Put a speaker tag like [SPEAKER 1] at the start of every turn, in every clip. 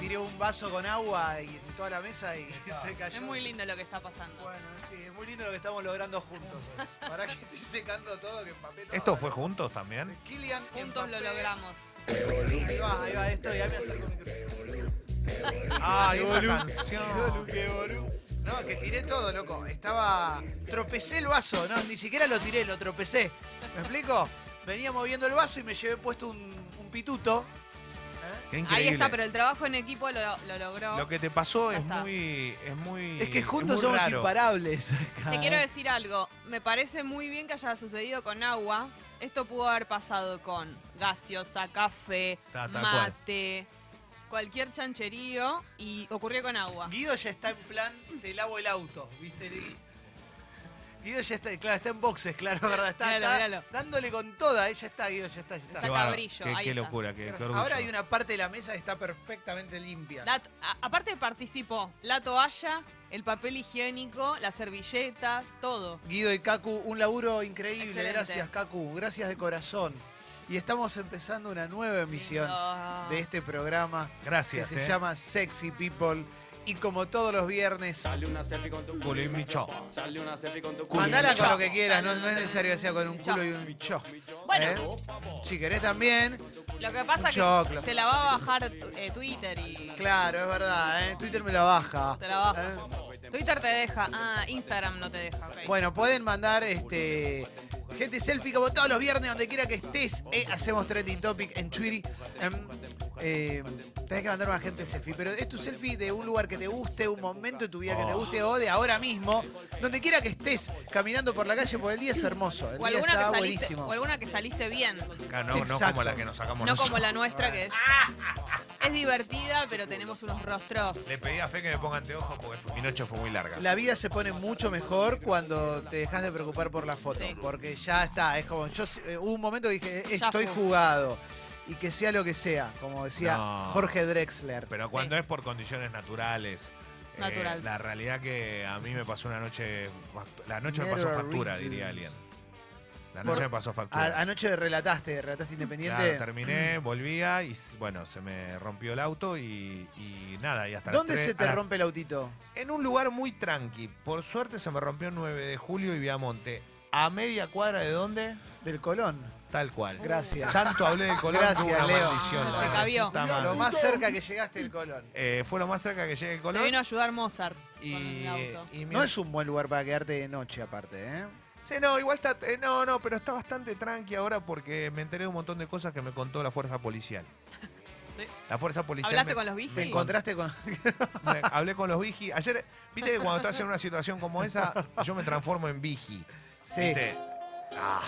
[SPEAKER 1] tiró un vaso con agua y, en toda la mesa y se cayó.
[SPEAKER 2] Es muy lindo lo que está pasando.
[SPEAKER 1] Bueno, sí, es muy lindo lo que estamos logrando juntos. hoy. Pará que estoy secando todo, que empapé todo.
[SPEAKER 3] ¿Esto fue juntos también?
[SPEAKER 1] Kylian
[SPEAKER 2] Juntos lo
[SPEAKER 1] Mbappé.
[SPEAKER 2] logramos.
[SPEAKER 1] Ahí va, ahí va esto, ya me acerco el micrófono.
[SPEAKER 3] Ah,
[SPEAKER 1] Qué
[SPEAKER 3] esa
[SPEAKER 1] boludo. Qué boludo,
[SPEAKER 3] canción.
[SPEAKER 1] qué boludo. No, que tiré todo, loco. Estaba. Tropecé el vaso, no, ni siquiera lo tiré, lo tropecé. ¿Me explico? Venía moviendo el vaso y me llevé puesto un, un pituto. ¿Eh?
[SPEAKER 3] Qué
[SPEAKER 2] Ahí
[SPEAKER 3] increíble.
[SPEAKER 2] está, pero el trabajo en equipo lo, lo logró.
[SPEAKER 3] Lo que te pasó
[SPEAKER 2] Ya
[SPEAKER 3] es
[SPEAKER 2] está.
[SPEAKER 3] muy, es muy.
[SPEAKER 1] Es que
[SPEAKER 3] es
[SPEAKER 1] juntos
[SPEAKER 3] muy
[SPEAKER 1] somos
[SPEAKER 3] raro.
[SPEAKER 1] imparables. acá.
[SPEAKER 2] Te quiero decir algo. Me parece muy bien que haya sucedido con agua. Esto pudo haber pasado con gaseosa, café,
[SPEAKER 3] Ta- tal
[SPEAKER 2] mate, cualquier chancherío y ocurrió con agua.
[SPEAKER 1] Guido ya está en plan, te lavo el auto, ¿viste? Guido ya está, claro, está en boxes, claro, ¿verdad? Está,
[SPEAKER 2] Míralo,
[SPEAKER 1] está
[SPEAKER 2] míralo.
[SPEAKER 1] dándole con toda, ella está, Guido, ya está, ya está.
[SPEAKER 3] Qué
[SPEAKER 2] Saca
[SPEAKER 3] bárbaro,
[SPEAKER 2] brillo,
[SPEAKER 3] Qué,
[SPEAKER 2] ahí
[SPEAKER 3] qué
[SPEAKER 2] está.
[SPEAKER 3] locura, qué, qué orgullo.
[SPEAKER 1] Ahora hay una parte de la mesa que está perfectamente limpia.
[SPEAKER 2] La- a- aparte participó la toalla, el papel higiénico, las servilletas, todo.
[SPEAKER 1] Guido y Kaku, un laburo increíble.
[SPEAKER 2] Excelente.
[SPEAKER 1] Gracias, Kaku. Gracias de corazón. Y estamos empezando una nueva emisión
[SPEAKER 2] Lindo.
[SPEAKER 1] de este programa que
[SPEAKER 3] Gracias,
[SPEAKER 1] se
[SPEAKER 3] eh.
[SPEAKER 1] llama Sexy People. Y como todos los viernes,
[SPEAKER 4] Sale una selfie con tu
[SPEAKER 3] Culo y mi cho.
[SPEAKER 4] Sale una selfie con tu culo.
[SPEAKER 1] mandala
[SPEAKER 2] y
[SPEAKER 1] con
[SPEAKER 2] un
[SPEAKER 1] lo que
[SPEAKER 2] cho.
[SPEAKER 1] quieras, no,
[SPEAKER 2] Sale
[SPEAKER 1] no es
[SPEAKER 2] un-
[SPEAKER 1] necesario que sea con un
[SPEAKER 2] un cho.
[SPEAKER 1] culo y un cho.
[SPEAKER 2] Bueno.
[SPEAKER 1] ¿eh? Si querés también,
[SPEAKER 2] Lo que pasa es que
[SPEAKER 1] Choclo.
[SPEAKER 2] te la va a bajar eh, Twitter y
[SPEAKER 1] claro, es verdad, ¿eh? Twitter me la baja.
[SPEAKER 2] te la baja.
[SPEAKER 1] ¿eh?
[SPEAKER 2] Twitter te deja, ah, Instagram no te deja. ok.
[SPEAKER 1] Bueno, pueden mandar este. Gente selfie como todos los viernes, donde quiera que estés, eh, hacemos trending topic en Twitter. Em, eh, tenés que mandar una gente selfie, pero es tu selfie de un lugar que te guste, un momento de tu vida que te guste o de ahora mismo, donde quiera que estés, caminando por la calle, porque el día es hermoso. El
[SPEAKER 2] o,
[SPEAKER 1] día
[SPEAKER 2] alguna que
[SPEAKER 1] está
[SPEAKER 2] saliste,
[SPEAKER 1] buenísimo.
[SPEAKER 2] o alguna que saliste bien.
[SPEAKER 3] Acá no, no
[SPEAKER 1] Exacto.
[SPEAKER 3] como la que nos sacamos
[SPEAKER 2] No como
[SPEAKER 3] nosotros.
[SPEAKER 2] la nuestra que es.
[SPEAKER 1] Ah.
[SPEAKER 2] Es divertida, pero tenemos unos rostros.
[SPEAKER 3] Le pedí a Fe que me ponga anteojos porque mi noche fue muy larga.
[SPEAKER 1] La vida se pone mucho mejor cuando te dejas de preocupar por la foto,
[SPEAKER 2] Sí.
[SPEAKER 1] porque ya está, es como, yo eh, hubo un momento que dije,
[SPEAKER 2] Ya
[SPEAKER 1] estoy
[SPEAKER 2] fue.
[SPEAKER 1] jugado, y que sea lo que sea, como decía
[SPEAKER 3] No.
[SPEAKER 1] Jorge Drexler.
[SPEAKER 3] Pero cuando es por condiciones naturales. eh,
[SPEAKER 2] Natural.
[SPEAKER 3] la realidad que a mí me pasó una noche. factu- La noche me pasó
[SPEAKER 1] Never
[SPEAKER 3] factura,
[SPEAKER 1] reasons.
[SPEAKER 3] diría alguien. La
[SPEAKER 1] Por-
[SPEAKER 3] noche me pasó factura.
[SPEAKER 1] A- anoche relataste, relataste
[SPEAKER 3] Claro,
[SPEAKER 1] Independiente.
[SPEAKER 3] terminé, volvía y s- bueno, se me rompió el auto y, y nada, y hasta las
[SPEAKER 1] ¿Dónde
[SPEAKER 3] tres-
[SPEAKER 1] se
[SPEAKER 3] a
[SPEAKER 1] te
[SPEAKER 3] las-
[SPEAKER 1] rompe el autito?
[SPEAKER 3] En un lugar muy tranqui. Por suerte se me rompió el 9 de julio y Viamonte. ¿A media cuadra de dónde?
[SPEAKER 1] Del Colón.
[SPEAKER 3] Tal cual.
[SPEAKER 1] Gracias.
[SPEAKER 3] Tanto hablé de Colón
[SPEAKER 1] Gracias,
[SPEAKER 3] que hubo una
[SPEAKER 1] Leo.
[SPEAKER 3] maldición. la
[SPEAKER 2] Te
[SPEAKER 3] verdad.
[SPEAKER 2] cabió.
[SPEAKER 3] Puta madre.
[SPEAKER 1] Lo más cerca que llegaste el Colón.
[SPEAKER 3] Eh, fue lo más cerca que llegué el
[SPEAKER 2] Te
[SPEAKER 3] Colón.
[SPEAKER 2] vino a ayudar Mozart
[SPEAKER 3] Y,
[SPEAKER 2] con el auto.
[SPEAKER 3] y mi-
[SPEAKER 1] No es un buen lugar para quedarte de noche, aparte, ¿eh?
[SPEAKER 3] Sí, no, igual está. eh, no, no, pero está bastante tranqui ahora porque me enteré de un montón de cosas que me contó la fuerza policial.
[SPEAKER 2] Sí.
[SPEAKER 3] La fuerza policial.
[SPEAKER 2] ¿Hablaste
[SPEAKER 3] me-
[SPEAKER 2] con los vigis?
[SPEAKER 3] me encontré-
[SPEAKER 1] Encontraste con.
[SPEAKER 3] me- hablé con los vigi. Ayer, viste que cuando estás en una situación como esa, yo me transformo en vigi.
[SPEAKER 1] Sí.
[SPEAKER 3] ¿Viste? Ah,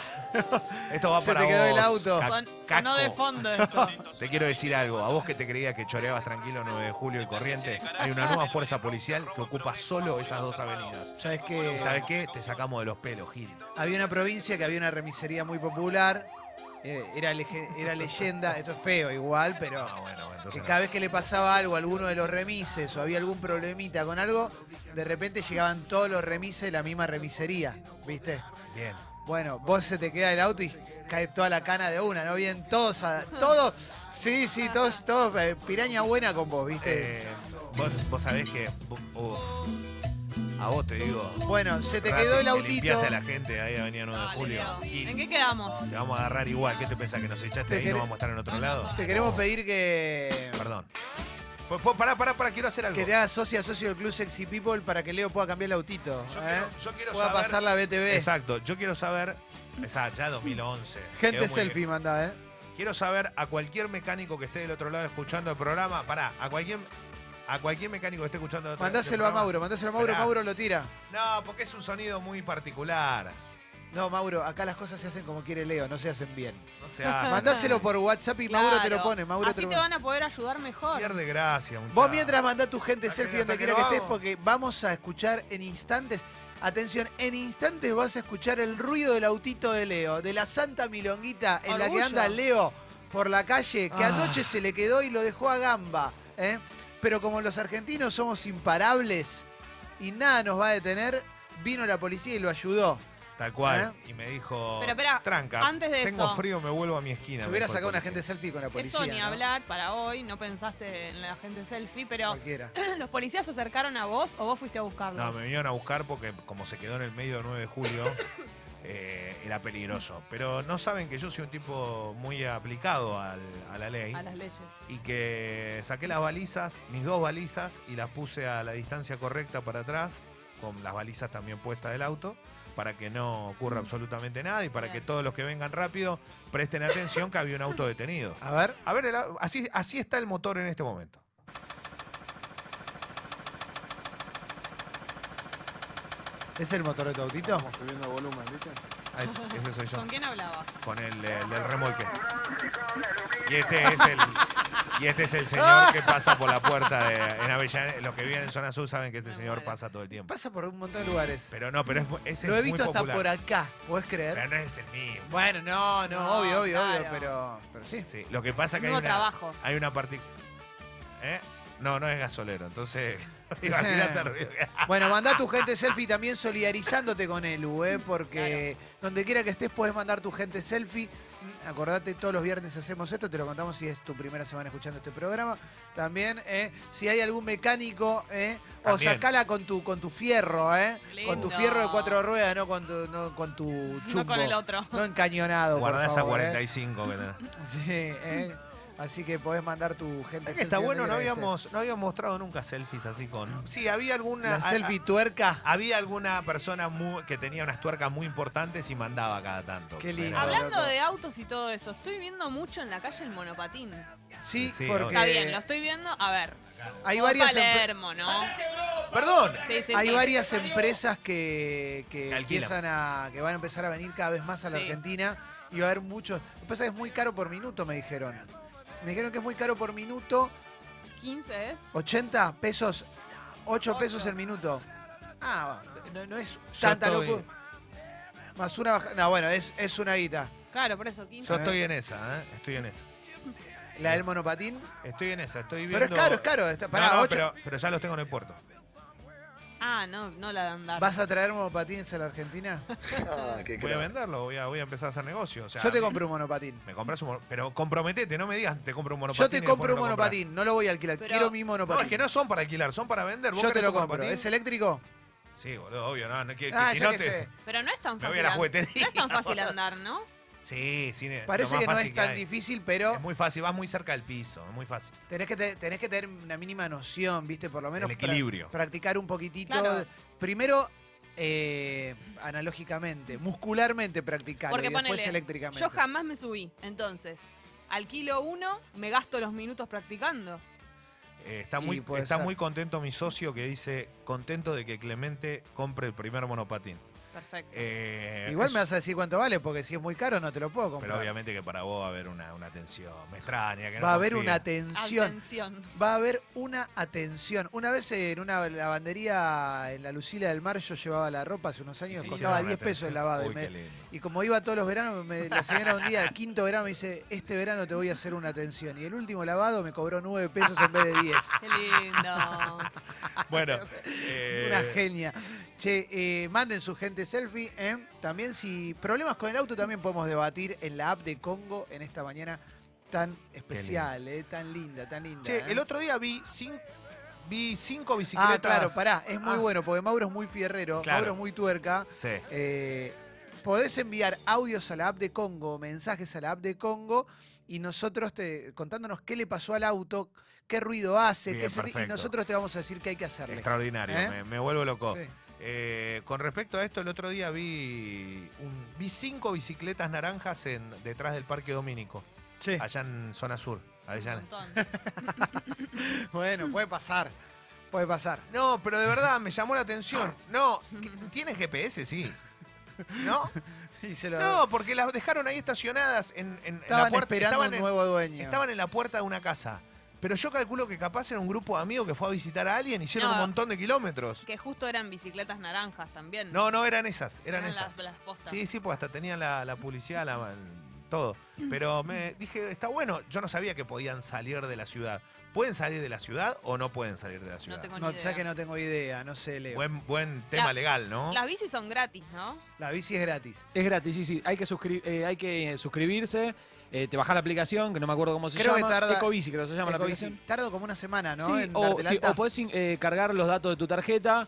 [SPEAKER 3] esto va
[SPEAKER 1] Se
[SPEAKER 3] para
[SPEAKER 1] te quedó
[SPEAKER 3] vos,
[SPEAKER 1] el auto.
[SPEAKER 3] ca-
[SPEAKER 2] Son- sonó de
[SPEAKER 3] caco.
[SPEAKER 2] fondo esto.
[SPEAKER 3] Te quiero decir algo, a vos que te creías que choreabas tranquilo 9 de julio y Corrientes, hay una nueva fuerza policial que ocupa solo esas dos avenidas.
[SPEAKER 1] Sabes que
[SPEAKER 3] ¿Y sabes qué? Te sacamos de los pelos, Gil.
[SPEAKER 1] había una provincia que había una remisería muy popular. eh, era, lege- era leyenda. Esto es feo igual, pero.
[SPEAKER 3] Ah, bueno, bueno,
[SPEAKER 1] Que
[SPEAKER 3] entonces. no.
[SPEAKER 1] cada vez que le pasaba algo a alguno de los remises o había algún problemita con algo, de repente llegaban todos los remises de la misma remisería, ¿viste?
[SPEAKER 3] Bien.
[SPEAKER 1] Bueno, vos se te queda el auto y cae toda la cana de una, ¿no? Bien, todos, a- todos, sí, sí, todos, todos, eh, piraña buena con vos, ¿viste?
[SPEAKER 3] Eh, vos, vos sabés que. vo- uf, a vos te digo.
[SPEAKER 1] bueno, se te quedó el
[SPEAKER 3] Rappi, que
[SPEAKER 1] autito,
[SPEAKER 3] Limpiaste a la gente ahí Avenida 9 de
[SPEAKER 2] Dale,
[SPEAKER 3] Julio.
[SPEAKER 2] Leo. ¿En
[SPEAKER 3] Gil,
[SPEAKER 2] qué quedamos?
[SPEAKER 3] te vamos a agarrar igual. ¿Qué te pensás? ¿Que nos echaste
[SPEAKER 1] Te
[SPEAKER 3] ahí y no
[SPEAKER 1] querés-
[SPEAKER 3] vamos a estar en otro lado?
[SPEAKER 1] te queremos
[SPEAKER 3] Oh,
[SPEAKER 1] pedir que,
[SPEAKER 3] Perdón. Po- po- Pará, pará, pará, quiero hacer algo.
[SPEAKER 1] que te hagas socia, socio del Club Sexy People para que Leo pueda cambiar el autito,
[SPEAKER 3] Yo
[SPEAKER 1] ¿eh?
[SPEAKER 3] quiero, yo quiero
[SPEAKER 1] Pueda
[SPEAKER 3] saber.
[SPEAKER 1] pasar la BTV.
[SPEAKER 3] Exacto, yo quiero saber. Exacto, ya 2011.
[SPEAKER 1] Gente
[SPEAKER 3] quedó muy
[SPEAKER 1] selfie
[SPEAKER 3] bien.
[SPEAKER 1] mandada, ¿eh?
[SPEAKER 3] Quiero saber a cualquier mecánico que esté del otro lado escuchando el programa. Pará, a cualquier, a cualquier mecánico que esté escuchando el otro
[SPEAKER 1] Mandáselo
[SPEAKER 3] el
[SPEAKER 1] a
[SPEAKER 3] programa.
[SPEAKER 1] Mauro, mandáselo a Mauro,
[SPEAKER 3] Esperá.
[SPEAKER 1] Mauro lo tira.
[SPEAKER 3] No, porque es un sonido muy particular.
[SPEAKER 1] No, Mauro, acá las cosas se hacen como quiere Leo, no se hacen bien.
[SPEAKER 3] No se hace.
[SPEAKER 1] Mandáselo por WhatsApp y Mauro te lo
[SPEAKER 2] Ah. Claro.
[SPEAKER 1] pone, Mauro
[SPEAKER 2] Así
[SPEAKER 1] te lo
[SPEAKER 2] te
[SPEAKER 1] pone.
[SPEAKER 2] van a poder ayudar mejor.
[SPEAKER 3] Pierde gracia, muchacho.
[SPEAKER 1] Vos mientras mandá tu gente
[SPEAKER 3] Hasta
[SPEAKER 1] selfie
[SPEAKER 3] que-
[SPEAKER 1] donde
[SPEAKER 3] hasta que
[SPEAKER 1] quiera
[SPEAKER 3] lo
[SPEAKER 1] que estés,
[SPEAKER 3] hago.
[SPEAKER 1] porque vamos a escuchar en instantes. Atención, en instantes vas a escuchar el ruido del autito de Leo, de la santa milonguita en la que
[SPEAKER 2] Orgullo.
[SPEAKER 1] anda Leo por la calle, que
[SPEAKER 3] Ah.
[SPEAKER 1] anoche se le quedó y lo dejó a gamba. ¿eh? Pero como los argentinos somos imparables y nada nos va a detener, vino la policía y lo ayudó.
[SPEAKER 3] Tal cual.
[SPEAKER 1] ¿Eh?
[SPEAKER 3] Y me dijo,
[SPEAKER 2] Pero, espera,
[SPEAKER 3] tranca,
[SPEAKER 2] antes de
[SPEAKER 3] tengo
[SPEAKER 2] eso.
[SPEAKER 3] frío, me vuelvo a mi esquina.
[SPEAKER 1] Si hubiera
[SPEAKER 3] me dijo el
[SPEAKER 1] sacado una
[SPEAKER 3] policía.
[SPEAKER 1] gente selfie con la policía.
[SPEAKER 2] Eso ni
[SPEAKER 1] ¿no?
[SPEAKER 2] hablar para hoy, no pensaste en la gente selfie, pero
[SPEAKER 1] Cualquiera.
[SPEAKER 2] ¿los policías se acercaron a vos o vos fuiste a buscarlos?
[SPEAKER 3] No, me vinieron a buscar porque como se quedó en el medio del 9 de julio, eh, era peligroso. Pero no saben que yo soy un tipo muy aplicado al- a la ley
[SPEAKER 2] A las leyes.
[SPEAKER 3] y que saqué las balizas, mis dos balizas, y las puse a la distancia correcta para atrás, con las balizas también puestas del auto, para que no ocurra
[SPEAKER 1] Mm.
[SPEAKER 3] absolutamente nada y para
[SPEAKER 2] Bien.
[SPEAKER 3] que todos los que vengan rápido presten atención que había un auto detenido.
[SPEAKER 1] A ver.
[SPEAKER 3] A ver, el au- así, así está el motor en este momento.
[SPEAKER 1] ¿Es el motor de tu autito?
[SPEAKER 4] Estamos subiendo volumen, ¿viste?
[SPEAKER 3] Ahí, ese soy yo.
[SPEAKER 2] ¿Con quién hablabas?
[SPEAKER 3] con el, eh, el del remolque. Y este es el y este es el señor que pasa por la puerta de en Avellaneda. Los que viven en zona sur saben que este
[SPEAKER 2] Me
[SPEAKER 3] señor
[SPEAKER 2] muero.
[SPEAKER 3] pasa todo el tiempo.
[SPEAKER 1] Pasa por un montón de lugares.
[SPEAKER 3] Pero no, pero es mu- ese
[SPEAKER 1] Lo he
[SPEAKER 3] es muy
[SPEAKER 1] visto hasta
[SPEAKER 3] popular.
[SPEAKER 1] por acá, ¿podés
[SPEAKER 3] Pero
[SPEAKER 1] creer?
[SPEAKER 3] no es el mismo.
[SPEAKER 1] Bueno, no, no,
[SPEAKER 2] No,
[SPEAKER 1] obvio, obvio, obvio,
[SPEAKER 2] claro.
[SPEAKER 1] pero, pero sí.
[SPEAKER 3] Sí, lo que pasa que hay
[SPEAKER 2] Nuevo
[SPEAKER 3] una,
[SPEAKER 2] trabajo.
[SPEAKER 3] hay una parti- ¿Eh? No, no es gasolero, entonces imagínate arriba.
[SPEAKER 1] Bueno, mandá tu gente selfie también solidarizándote con Elu, ¿eh? porque donde quiera que estés podés mandar tu gente selfie. Mm, Acordate, todos los viernes hacemos esto, te lo contamos si es tu primera semana escuchando este programa. También, ¿eh? si hay algún mecánico, ¿eh? o
[SPEAKER 3] También.
[SPEAKER 1] sacala con tu, con tu fierro, ¿eh? con tu
[SPEAKER 2] Lindo.
[SPEAKER 1] fierro de cuatro ruedas, no con tu, no con tu chumbo.
[SPEAKER 2] No con el otro.
[SPEAKER 1] No encañonado. por
[SPEAKER 3] Guardá esa
[SPEAKER 1] favor, ¿eh?
[SPEAKER 3] 45 que tenés.
[SPEAKER 1] Sí, ¿eh? Así que podés mandar tu gente
[SPEAKER 3] ¿Sabés
[SPEAKER 1] selfie.
[SPEAKER 3] que está
[SPEAKER 1] donde
[SPEAKER 3] bueno, no
[SPEAKER 1] quiera que
[SPEAKER 3] habíamos, no habíamos mostrado nunca selfies así con. Sí, había alguna.
[SPEAKER 1] estés. La
[SPEAKER 3] a- Ah, a-
[SPEAKER 1] selfie tuerca.
[SPEAKER 3] Había alguna persona mu- que tenía unas tuercas muy importantes y mandaba cada tanto.
[SPEAKER 1] Qué lindo.
[SPEAKER 3] Pero-
[SPEAKER 2] Hablando
[SPEAKER 1] loco.
[SPEAKER 2] de autos y todo eso, estoy viendo mucho en la calle el monopatín.
[SPEAKER 1] Sí,
[SPEAKER 3] Sí,
[SPEAKER 1] porque
[SPEAKER 3] obvio.
[SPEAKER 2] Está bien, lo estoy viendo. A ver,
[SPEAKER 1] Eh, hay
[SPEAKER 2] como
[SPEAKER 1] varias, empre-
[SPEAKER 2] Palermo, ¿no?
[SPEAKER 3] Perdón.
[SPEAKER 2] Sí, sí,
[SPEAKER 1] hay
[SPEAKER 2] sí.
[SPEAKER 1] varias empresas que, que
[SPEAKER 3] Que alquilan.
[SPEAKER 1] empiezan a que van a empezar a venir cada vez más a la
[SPEAKER 2] Sí.
[SPEAKER 1] Argentina y va a haber muchos. Lo que pasa es que es muy caro por minuto, me dijeron. Me dijeron que es muy caro por minuto,
[SPEAKER 2] 15 es.
[SPEAKER 1] 80 pesos, 8
[SPEAKER 2] Ocho.
[SPEAKER 1] pesos el minuto. Ah, no, no es
[SPEAKER 3] Yo
[SPEAKER 1] tanta
[SPEAKER 3] estoy-
[SPEAKER 1] loco. Más una baja- No, bueno, es, es una guita.
[SPEAKER 2] Claro, por eso, 15.
[SPEAKER 3] Yo estoy en esa, ¿eh? Estoy en esa.
[SPEAKER 1] La del monopatín.
[SPEAKER 3] Estoy en esa, estoy viendo.
[SPEAKER 1] Pero es caro, es caro. Está-
[SPEAKER 3] No,
[SPEAKER 1] pará,
[SPEAKER 3] no,
[SPEAKER 1] ocho-
[SPEAKER 3] pero, pero ya los tengo en el puerto.
[SPEAKER 2] Ah, no, no la de andar.
[SPEAKER 1] ¿Vas a traer monopatines a la Argentina?
[SPEAKER 5] Ah, qué
[SPEAKER 3] Voy a
[SPEAKER 5] crack.
[SPEAKER 3] venderlo, voy a, voy a empezar a hacer negocio. o sea,
[SPEAKER 1] Yo te compro un monopatín.
[SPEAKER 3] Me compras un mono- Pero comprometete, no me digas, te compro un monopatín.
[SPEAKER 1] Yo
[SPEAKER 3] y
[SPEAKER 1] te
[SPEAKER 3] después
[SPEAKER 1] compro un
[SPEAKER 3] no lo compras.
[SPEAKER 1] monopatín, no lo voy a alquilar.
[SPEAKER 2] Pero-
[SPEAKER 1] Quiero mi
[SPEAKER 3] No,
[SPEAKER 1] monopatín.
[SPEAKER 3] es que no son para alquilar, son para vender. ¿Vos
[SPEAKER 1] Yo te
[SPEAKER 3] querés
[SPEAKER 1] lo
[SPEAKER 3] tu
[SPEAKER 1] compro.
[SPEAKER 3] monopatín?
[SPEAKER 1] ¿Es eléctrico?
[SPEAKER 3] Sí, boludo, obvio, no, no que, que
[SPEAKER 1] ah,
[SPEAKER 3] si
[SPEAKER 1] ya
[SPEAKER 3] no
[SPEAKER 1] que
[SPEAKER 3] te.
[SPEAKER 1] sé.
[SPEAKER 2] Pero no es tan
[SPEAKER 3] Me
[SPEAKER 2] fácil.
[SPEAKER 3] voy a la
[SPEAKER 2] an-
[SPEAKER 3] juguetería.
[SPEAKER 2] No es tan fácil andar, ¿no?
[SPEAKER 3] Sí, sí, es lo
[SPEAKER 1] Parece
[SPEAKER 3] más
[SPEAKER 1] que no
[SPEAKER 3] fácil
[SPEAKER 1] es tan
[SPEAKER 3] hay.
[SPEAKER 1] difícil, pero
[SPEAKER 3] Es muy fácil, vas muy cerca del piso, es muy fácil.
[SPEAKER 1] tenés que, te- tenés que tener una mínima noción, ¿viste? Por lo menos
[SPEAKER 3] El
[SPEAKER 1] pra-
[SPEAKER 3] equilibrio.
[SPEAKER 1] practicar un poquitito.
[SPEAKER 2] Claro.
[SPEAKER 1] de- Primero, eh, analógicamente, muscularmente practicar y
[SPEAKER 2] Porque
[SPEAKER 1] después
[SPEAKER 2] ponele,
[SPEAKER 1] eléctricamente.
[SPEAKER 2] Yo jamás me subí. Entonces, alquilo uno, me gasto los minutos practicando.
[SPEAKER 3] Eh, está
[SPEAKER 1] Y
[SPEAKER 3] muy,
[SPEAKER 1] puede
[SPEAKER 3] está
[SPEAKER 1] ser.
[SPEAKER 3] muy contento mi socio que dice, contento de que Clemente compre el primer monopatín.
[SPEAKER 2] Perfecto.
[SPEAKER 3] Eh,
[SPEAKER 1] Igual
[SPEAKER 3] es-
[SPEAKER 1] me vas a decir cuánto vale, porque si es muy caro no te lo puedo comprar.
[SPEAKER 3] Pero obviamente que para vos va a haber una, una tensión. Me extraña que no
[SPEAKER 1] Va a haber
[SPEAKER 3] confíe.
[SPEAKER 1] una tensión.
[SPEAKER 2] Atención.
[SPEAKER 1] Va a haber una atención. Una vez en una lavandería en la Lucila del Mar, yo llevaba la ropa hace unos años,
[SPEAKER 3] Hicieron
[SPEAKER 1] costaba
[SPEAKER 3] una
[SPEAKER 1] 10 pesos el
[SPEAKER 3] tensión.
[SPEAKER 1] lavado.
[SPEAKER 3] Uy,
[SPEAKER 1] y, me-
[SPEAKER 3] qué lindo.
[SPEAKER 1] y como iba todos los veranos, me- la señora un día, el quinto verano, me dice: Este verano te voy a hacer una atención. Y el último lavado me cobró 9 pesos en vez de 10.
[SPEAKER 2] Qué lindo.
[SPEAKER 3] Bueno,
[SPEAKER 1] Una
[SPEAKER 3] eh,
[SPEAKER 1] genia. Che, eh, manden su gente selfie. ¿eh? También, si problemas con el auto, también podemos debatir en la app de Congo en esta mañana tan especial, eh, tan linda, tan linda.
[SPEAKER 3] che,
[SPEAKER 1] ¿eh?
[SPEAKER 3] el otro día vi, cin- vi cinco bicicletas.
[SPEAKER 1] Ah, claro, pará, es muy
[SPEAKER 3] Ah,
[SPEAKER 1] bueno porque Mauro es muy fierrero,
[SPEAKER 3] Claro.
[SPEAKER 1] Mauro es muy tuerca.
[SPEAKER 3] Sí.
[SPEAKER 1] Eh, podés enviar audios a la app de Congo, mensajes a la app de Congo y nosotros te contándonos qué le pasó al auto, qué ruido hace,
[SPEAKER 3] Bien,
[SPEAKER 1] qué se- y
[SPEAKER 3] perfecto.
[SPEAKER 1] nosotros te vamos a decir qué hay que hacerle.
[SPEAKER 3] Extraordinario,
[SPEAKER 1] ¿Eh?
[SPEAKER 3] me, me vuelvo loco.
[SPEAKER 1] Sí.
[SPEAKER 3] Eh, con respecto a esto, el otro día vi, un- vi cinco bicicletas naranjas en, detrás del Parque Domínico,
[SPEAKER 1] Sí.
[SPEAKER 3] allá en zona sur.
[SPEAKER 2] Un
[SPEAKER 3] Allá
[SPEAKER 2] montón.
[SPEAKER 1] Bueno, puede pasar. Puede pasar.
[SPEAKER 3] No, pero de verdad me llamó la atención. No, tiene GPS, sí. ¿No?
[SPEAKER 1] Y se lo
[SPEAKER 3] No, porque las dejaron ahí estacionadas en, en- en
[SPEAKER 1] estaban
[SPEAKER 3] la puerta.
[SPEAKER 1] esperando
[SPEAKER 3] estaban,
[SPEAKER 1] un
[SPEAKER 3] en,
[SPEAKER 1] nuevo dueño.
[SPEAKER 3] estaban en la puerta de una casa. Pero yo calculo que capaz era un grupo de amigos que fue a visitar a alguien, hicieron
[SPEAKER 2] No.
[SPEAKER 3] un montón de kilómetros.
[SPEAKER 2] que justo eran bicicletas naranjas también.
[SPEAKER 3] No, no, eran esas, eran,
[SPEAKER 2] Eran
[SPEAKER 3] esas.
[SPEAKER 2] Las, las postas.
[SPEAKER 3] Sí, sí, porque hasta tenían la, la publicidad, la, todo. Pero me dije, está bueno, yo no sabía que podían salir de la ciudad. ¿Pueden salir de la ciudad o no pueden salir de la ciudad?
[SPEAKER 2] No tengo ni
[SPEAKER 1] No,
[SPEAKER 2] idea.
[SPEAKER 1] sabes que no tengo idea, no sé, Leo.
[SPEAKER 3] Buen, buen tema
[SPEAKER 2] La-
[SPEAKER 3] legal, ¿no?
[SPEAKER 2] Las bicis son gratis, ¿no?
[SPEAKER 1] La bici es gratis.
[SPEAKER 5] Es gratis, sí, sí. Hay que, suscri- eh, hay que eh, suscribirse. eh, te bajas la aplicación, que no me acuerdo cómo se
[SPEAKER 1] Creo que
[SPEAKER 5] llama.
[SPEAKER 1] tarda-
[SPEAKER 5] Ecobici, creo que se llama la
[SPEAKER 1] Ecobici.
[SPEAKER 5] aplicación.
[SPEAKER 1] Tardo como una semana, ¿no?
[SPEAKER 5] Sí,
[SPEAKER 1] En
[SPEAKER 5] o,
[SPEAKER 1] darte el
[SPEAKER 5] sí,
[SPEAKER 1] alta.
[SPEAKER 5] o podés in- eh, cargar los datos de tu tarjeta.